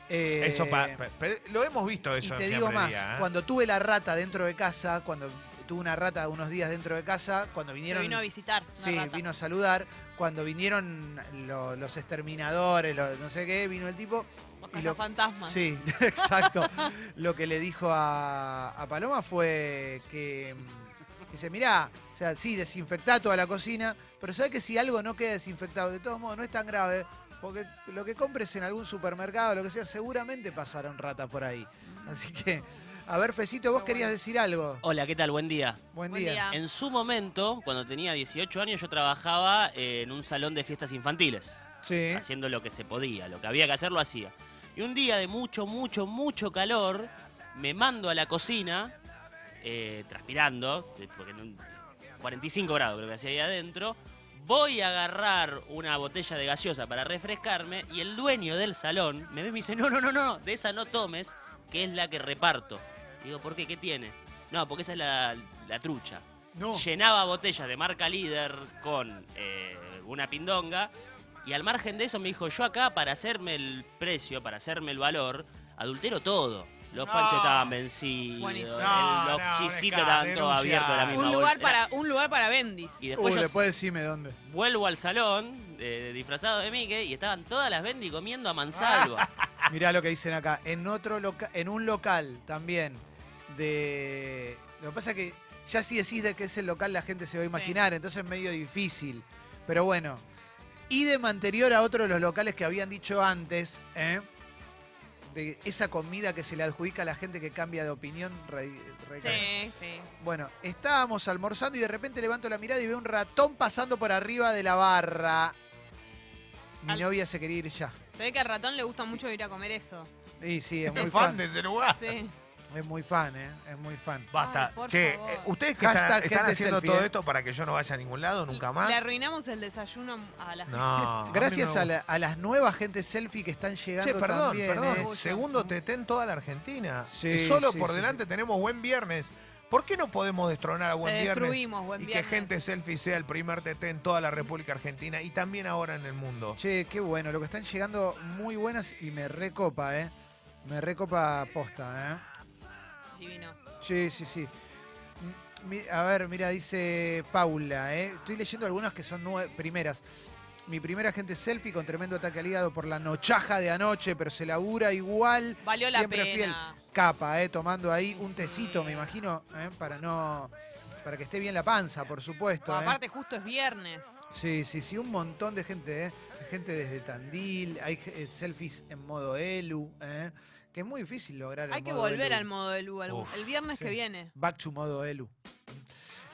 [SPEAKER 1] Eh,
[SPEAKER 3] Eso pa- pa- pero lo hemos visto
[SPEAKER 1] Y
[SPEAKER 3] eso
[SPEAKER 1] te
[SPEAKER 3] en
[SPEAKER 1] digo más,
[SPEAKER 3] fiambrería, ¿eh?
[SPEAKER 1] cuando tuve la rata dentro de casa, cuando tuve una rata unos días dentro de casa, cuando
[SPEAKER 2] Pero
[SPEAKER 1] vinieron...
[SPEAKER 2] vino a visitar. una
[SPEAKER 1] Sí,
[SPEAKER 2] rata.
[SPEAKER 1] vino a saludar. Cuando vinieron lo- los exterminadores, lo- no sé qué, vino el tipo.
[SPEAKER 2] Los
[SPEAKER 1] y lo-
[SPEAKER 2] cazafantasmas.
[SPEAKER 1] Sí, exacto. lo que le dijo a, a Paloma fue que. mm, Dice, mirá, o sea, sí, desinfectá toda la cocina, pero sabés que si algo no queda desinfectado, de todos modos, no es tan grave, porque lo que compres en algún supermercado, lo que sea, seguramente pasaron ratas por ahí.
[SPEAKER 2] Mm.
[SPEAKER 1] Así que, a ver, Fecito, vos querías decir algo.
[SPEAKER 11] Hola, ¿qué tal? Buen día.
[SPEAKER 1] Buen,
[SPEAKER 2] Buen día.
[SPEAKER 11] En su momento, cuando tenía 18 años, yo trabajaba en un salón de fiestas infantiles,
[SPEAKER 1] Sí.
[SPEAKER 11] haciendo lo que se podía, lo que había que hacer lo hacía. Y un día de mucho, mucho, mucho calor, me mando a la cocina, eh, transpirando, eh, porque en un- 45 grados creo que hacía ahí adentro, voy a agarrar una botella de gaseosa para refrescarme y el dueño del salón me ve y me
[SPEAKER 3] Eh,
[SPEAKER 11] dice, no, no, no, no, de esa no tomes, que es la que reparto. Digo, ¿por qué? ¿Qué tiene? No, porque esa es la, la trucha.
[SPEAKER 1] No.
[SPEAKER 11] Llenaba botellas de marca líder con eh, una pindonga y al margen de eso me dijo, yo acá para hacerme el precio, para hacerme el valor, adultero todo. Los
[SPEAKER 3] No.
[SPEAKER 11] panchos estaban vencidos, el-
[SPEAKER 2] Buenísimo.
[SPEAKER 3] No,
[SPEAKER 11] los
[SPEAKER 3] no,
[SPEAKER 11] chisitos
[SPEAKER 3] dejá,
[SPEAKER 11] estaban todos
[SPEAKER 3] denuncia.
[SPEAKER 11] abiertos de la misma
[SPEAKER 2] Un lugar,
[SPEAKER 11] bolsa.
[SPEAKER 2] para, un lugar para Bendis.
[SPEAKER 11] Y
[SPEAKER 1] Uy,
[SPEAKER 11] después yo
[SPEAKER 1] después decime dónde.
[SPEAKER 11] vuelvo al salón eh, disfrazado de Mickey y estaban todas las Bendy comiendo a mansalva.
[SPEAKER 1] Mirá lo que dicen acá. En otro loca- en un local también de. Lo que pasa es que ya si decís de qué es el local la gente se va a
[SPEAKER 2] Sí.
[SPEAKER 1] imaginar, entonces es medio difícil. Pero bueno. Idem anterior a otro de los locales que habían dicho antes, ¿eh? de esa comida que se le adjudica a la gente que cambia de opinión. re- re-
[SPEAKER 2] Sí, sí.
[SPEAKER 1] Bueno, estábamos almorzando y de repente levanto la mirada y veo un ratón pasando por arriba de la barra. Mi
[SPEAKER 2] Al-
[SPEAKER 1] novia se quería ir ya.
[SPEAKER 2] Se ve que al ratón le gusta mucho ir a comer eso.
[SPEAKER 1] Y sí, es muy
[SPEAKER 3] Es
[SPEAKER 1] fan.
[SPEAKER 3] fan de ese lugar.
[SPEAKER 2] Sí.
[SPEAKER 1] Es muy fan, ¿eh? Es muy fan.
[SPEAKER 3] Basta.
[SPEAKER 2] Ay, por
[SPEAKER 3] che,
[SPEAKER 2] favor.
[SPEAKER 3] eh, ustedes que están,
[SPEAKER 1] Hashtag
[SPEAKER 3] están
[SPEAKER 1] gente
[SPEAKER 3] haciendo
[SPEAKER 1] selfie,
[SPEAKER 3] todo
[SPEAKER 1] eh.
[SPEAKER 3] esto para que yo no vaya a ningún lado nunca más.
[SPEAKER 2] Le arruinamos el desayuno a la gente.
[SPEAKER 3] No.
[SPEAKER 1] Gracias
[SPEAKER 3] mí me
[SPEAKER 1] a, la- a las nuevas gente selfie que están llegando.
[SPEAKER 3] Ah, Che, perdón,
[SPEAKER 1] también,
[SPEAKER 3] perdón.
[SPEAKER 1] ¿eh?
[SPEAKER 2] Orgullo.
[SPEAKER 3] Segundo TT en toda la Argentina.
[SPEAKER 1] Sí,
[SPEAKER 3] Y solo
[SPEAKER 1] sí,
[SPEAKER 3] por
[SPEAKER 1] sí,
[SPEAKER 3] delante tenemos Buen Viernes. ¿Por qué no podemos destronar a Buen
[SPEAKER 2] Te
[SPEAKER 3] Viernes?
[SPEAKER 2] destruimos, Buen
[SPEAKER 3] y
[SPEAKER 2] Viernes.
[SPEAKER 3] que Gente Selfie sea el primer TT en toda la República Argentina y también ahora en el mundo.
[SPEAKER 1] Che, qué bueno. Lo que están llegando muy buenas y me recopa, ¿eh? Me recopa posta, ¿eh?
[SPEAKER 2] Divino.
[SPEAKER 1] Sí, sí, sí. Mm, mi- A ver, mira, dice Paula, ¿eh? Estoy leyendo algunas que son nue- primeras. Mi primera gente selfie con tremendo ataque al hígado por la nochaja de anoche, pero se labura igual.
[SPEAKER 2] Valió la
[SPEAKER 1] siempre fiel.
[SPEAKER 2] pena.
[SPEAKER 1] capa, eh, tomando ahí un tecito, me imagino, eh, para no para que esté bien la panza, por supuesto.
[SPEAKER 2] Bueno,
[SPEAKER 1] eh.
[SPEAKER 2] Aparte, justo es viernes.
[SPEAKER 1] Sí, sí, sí, un montón de gente, eh, gente desde Tandil, hay eh, selfies en modo elu, eh, que es muy difícil lograr. el
[SPEAKER 2] Hay que
[SPEAKER 1] modo
[SPEAKER 2] volver
[SPEAKER 1] elu.
[SPEAKER 2] al modo de Lu algún-
[SPEAKER 3] Uf,
[SPEAKER 2] el viernes
[SPEAKER 1] sí.
[SPEAKER 2] que viene.
[SPEAKER 1] Back to modo elu.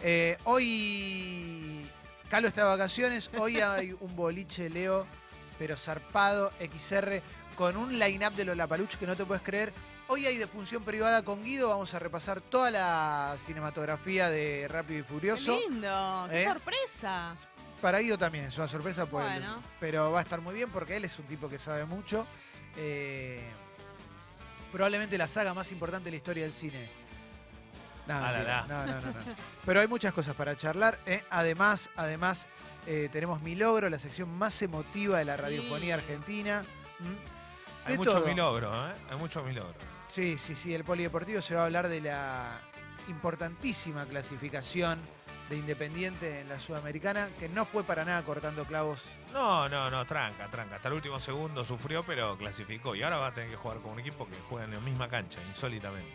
[SPEAKER 1] Eh, hoy Calo está de vacaciones, hoy hay un boliche Leo, pero zarpado XR con un line-up de Lollapalooza que no te puedes creer. Hoy hay defunción privada con Guido. Vamos a repasar toda la cinematografía de Rápido y Furioso.
[SPEAKER 2] ¡Qué lindo! ¡Qué
[SPEAKER 1] ¿Eh?
[SPEAKER 2] sorpresa!
[SPEAKER 1] Para Guido también es una sorpresa, pues,
[SPEAKER 2] Bueno.
[SPEAKER 1] pero va a estar muy bien porque él es un tipo que sabe mucho. Eh, probablemente la saga más importante de la historia del cine. No,
[SPEAKER 3] Ah, la,
[SPEAKER 1] mentira.
[SPEAKER 3] la.
[SPEAKER 1] no, no, no, no. Pero hay muchas cosas para charlar. ¿eh? Además, además eh, tenemos Mi Logro, la sección más emotiva de la
[SPEAKER 3] Sí.
[SPEAKER 1] radiofonía argentina. ¿Mm?
[SPEAKER 3] Hay
[SPEAKER 1] De
[SPEAKER 3] mucho
[SPEAKER 1] todo.
[SPEAKER 3] milogro, ¿eh? Hay mucho milogro.
[SPEAKER 1] Sí, sí, sí. El polideportivo se va a hablar de la importantísima clasificación de Independiente en la Sudamericana, que no fue para nada cortando clavos
[SPEAKER 3] No, no, no, tranca, tranca. Hasta el último segundo sufrió, pero clasificó. Y ahora va a tener que jugar con un equipo que juega en la misma cancha, insólitamente.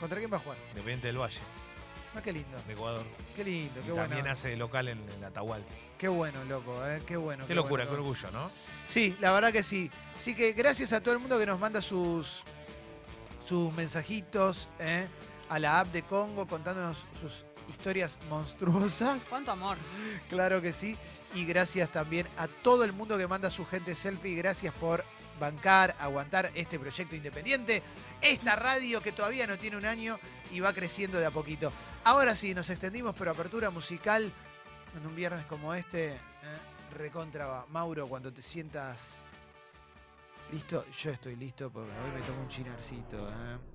[SPEAKER 1] ¿Contra quién va a jugar?
[SPEAKER 3] Independiente del Valle,
[SPEAKER 1] Ah, qué lindo.
[SPEAKER 3] de Ecuador.
[SPEAKER 1] Qué lindo,
[SPEAKER 3] Y
[SPEAKER 1] qué bueno.
[SPEAKER 3] también hace de local en el Atahual.
[SPEAKER 1] Qué bueno, loco, eh, qué bueno.
[SPEAKER 3] qué locura,
[SPEAKER 1] bueno,
[SPEAKER 3] qué
[SPEAKER 1] loco.
[SPEAKER 3] orgullo, ¿no?
[SPEAKER 1] Sí, la verdad que sí. Así que gracias a todo el mundo que nos manda sus, sus mensajitos eh, a la app de Congo contándonos sus historias monstruosas.
[SPEAKER 2] ¡Cuánto amor!
[SPEAKER 1] Claro que sí. Y gracias también a todo el mundo que manda su gente selfie. Gracias por bancar, aguantar este proyecto independiente, esta radio que todavía no tiene un año y va creciendo de a poquito. Ahora sí, nos extendimos, pero apertura musical en un viernes como este, eh, recontra va. Mauro, cuando te sientas listo, yo estoy listo porque hoy me tomo un chinarcito. eh.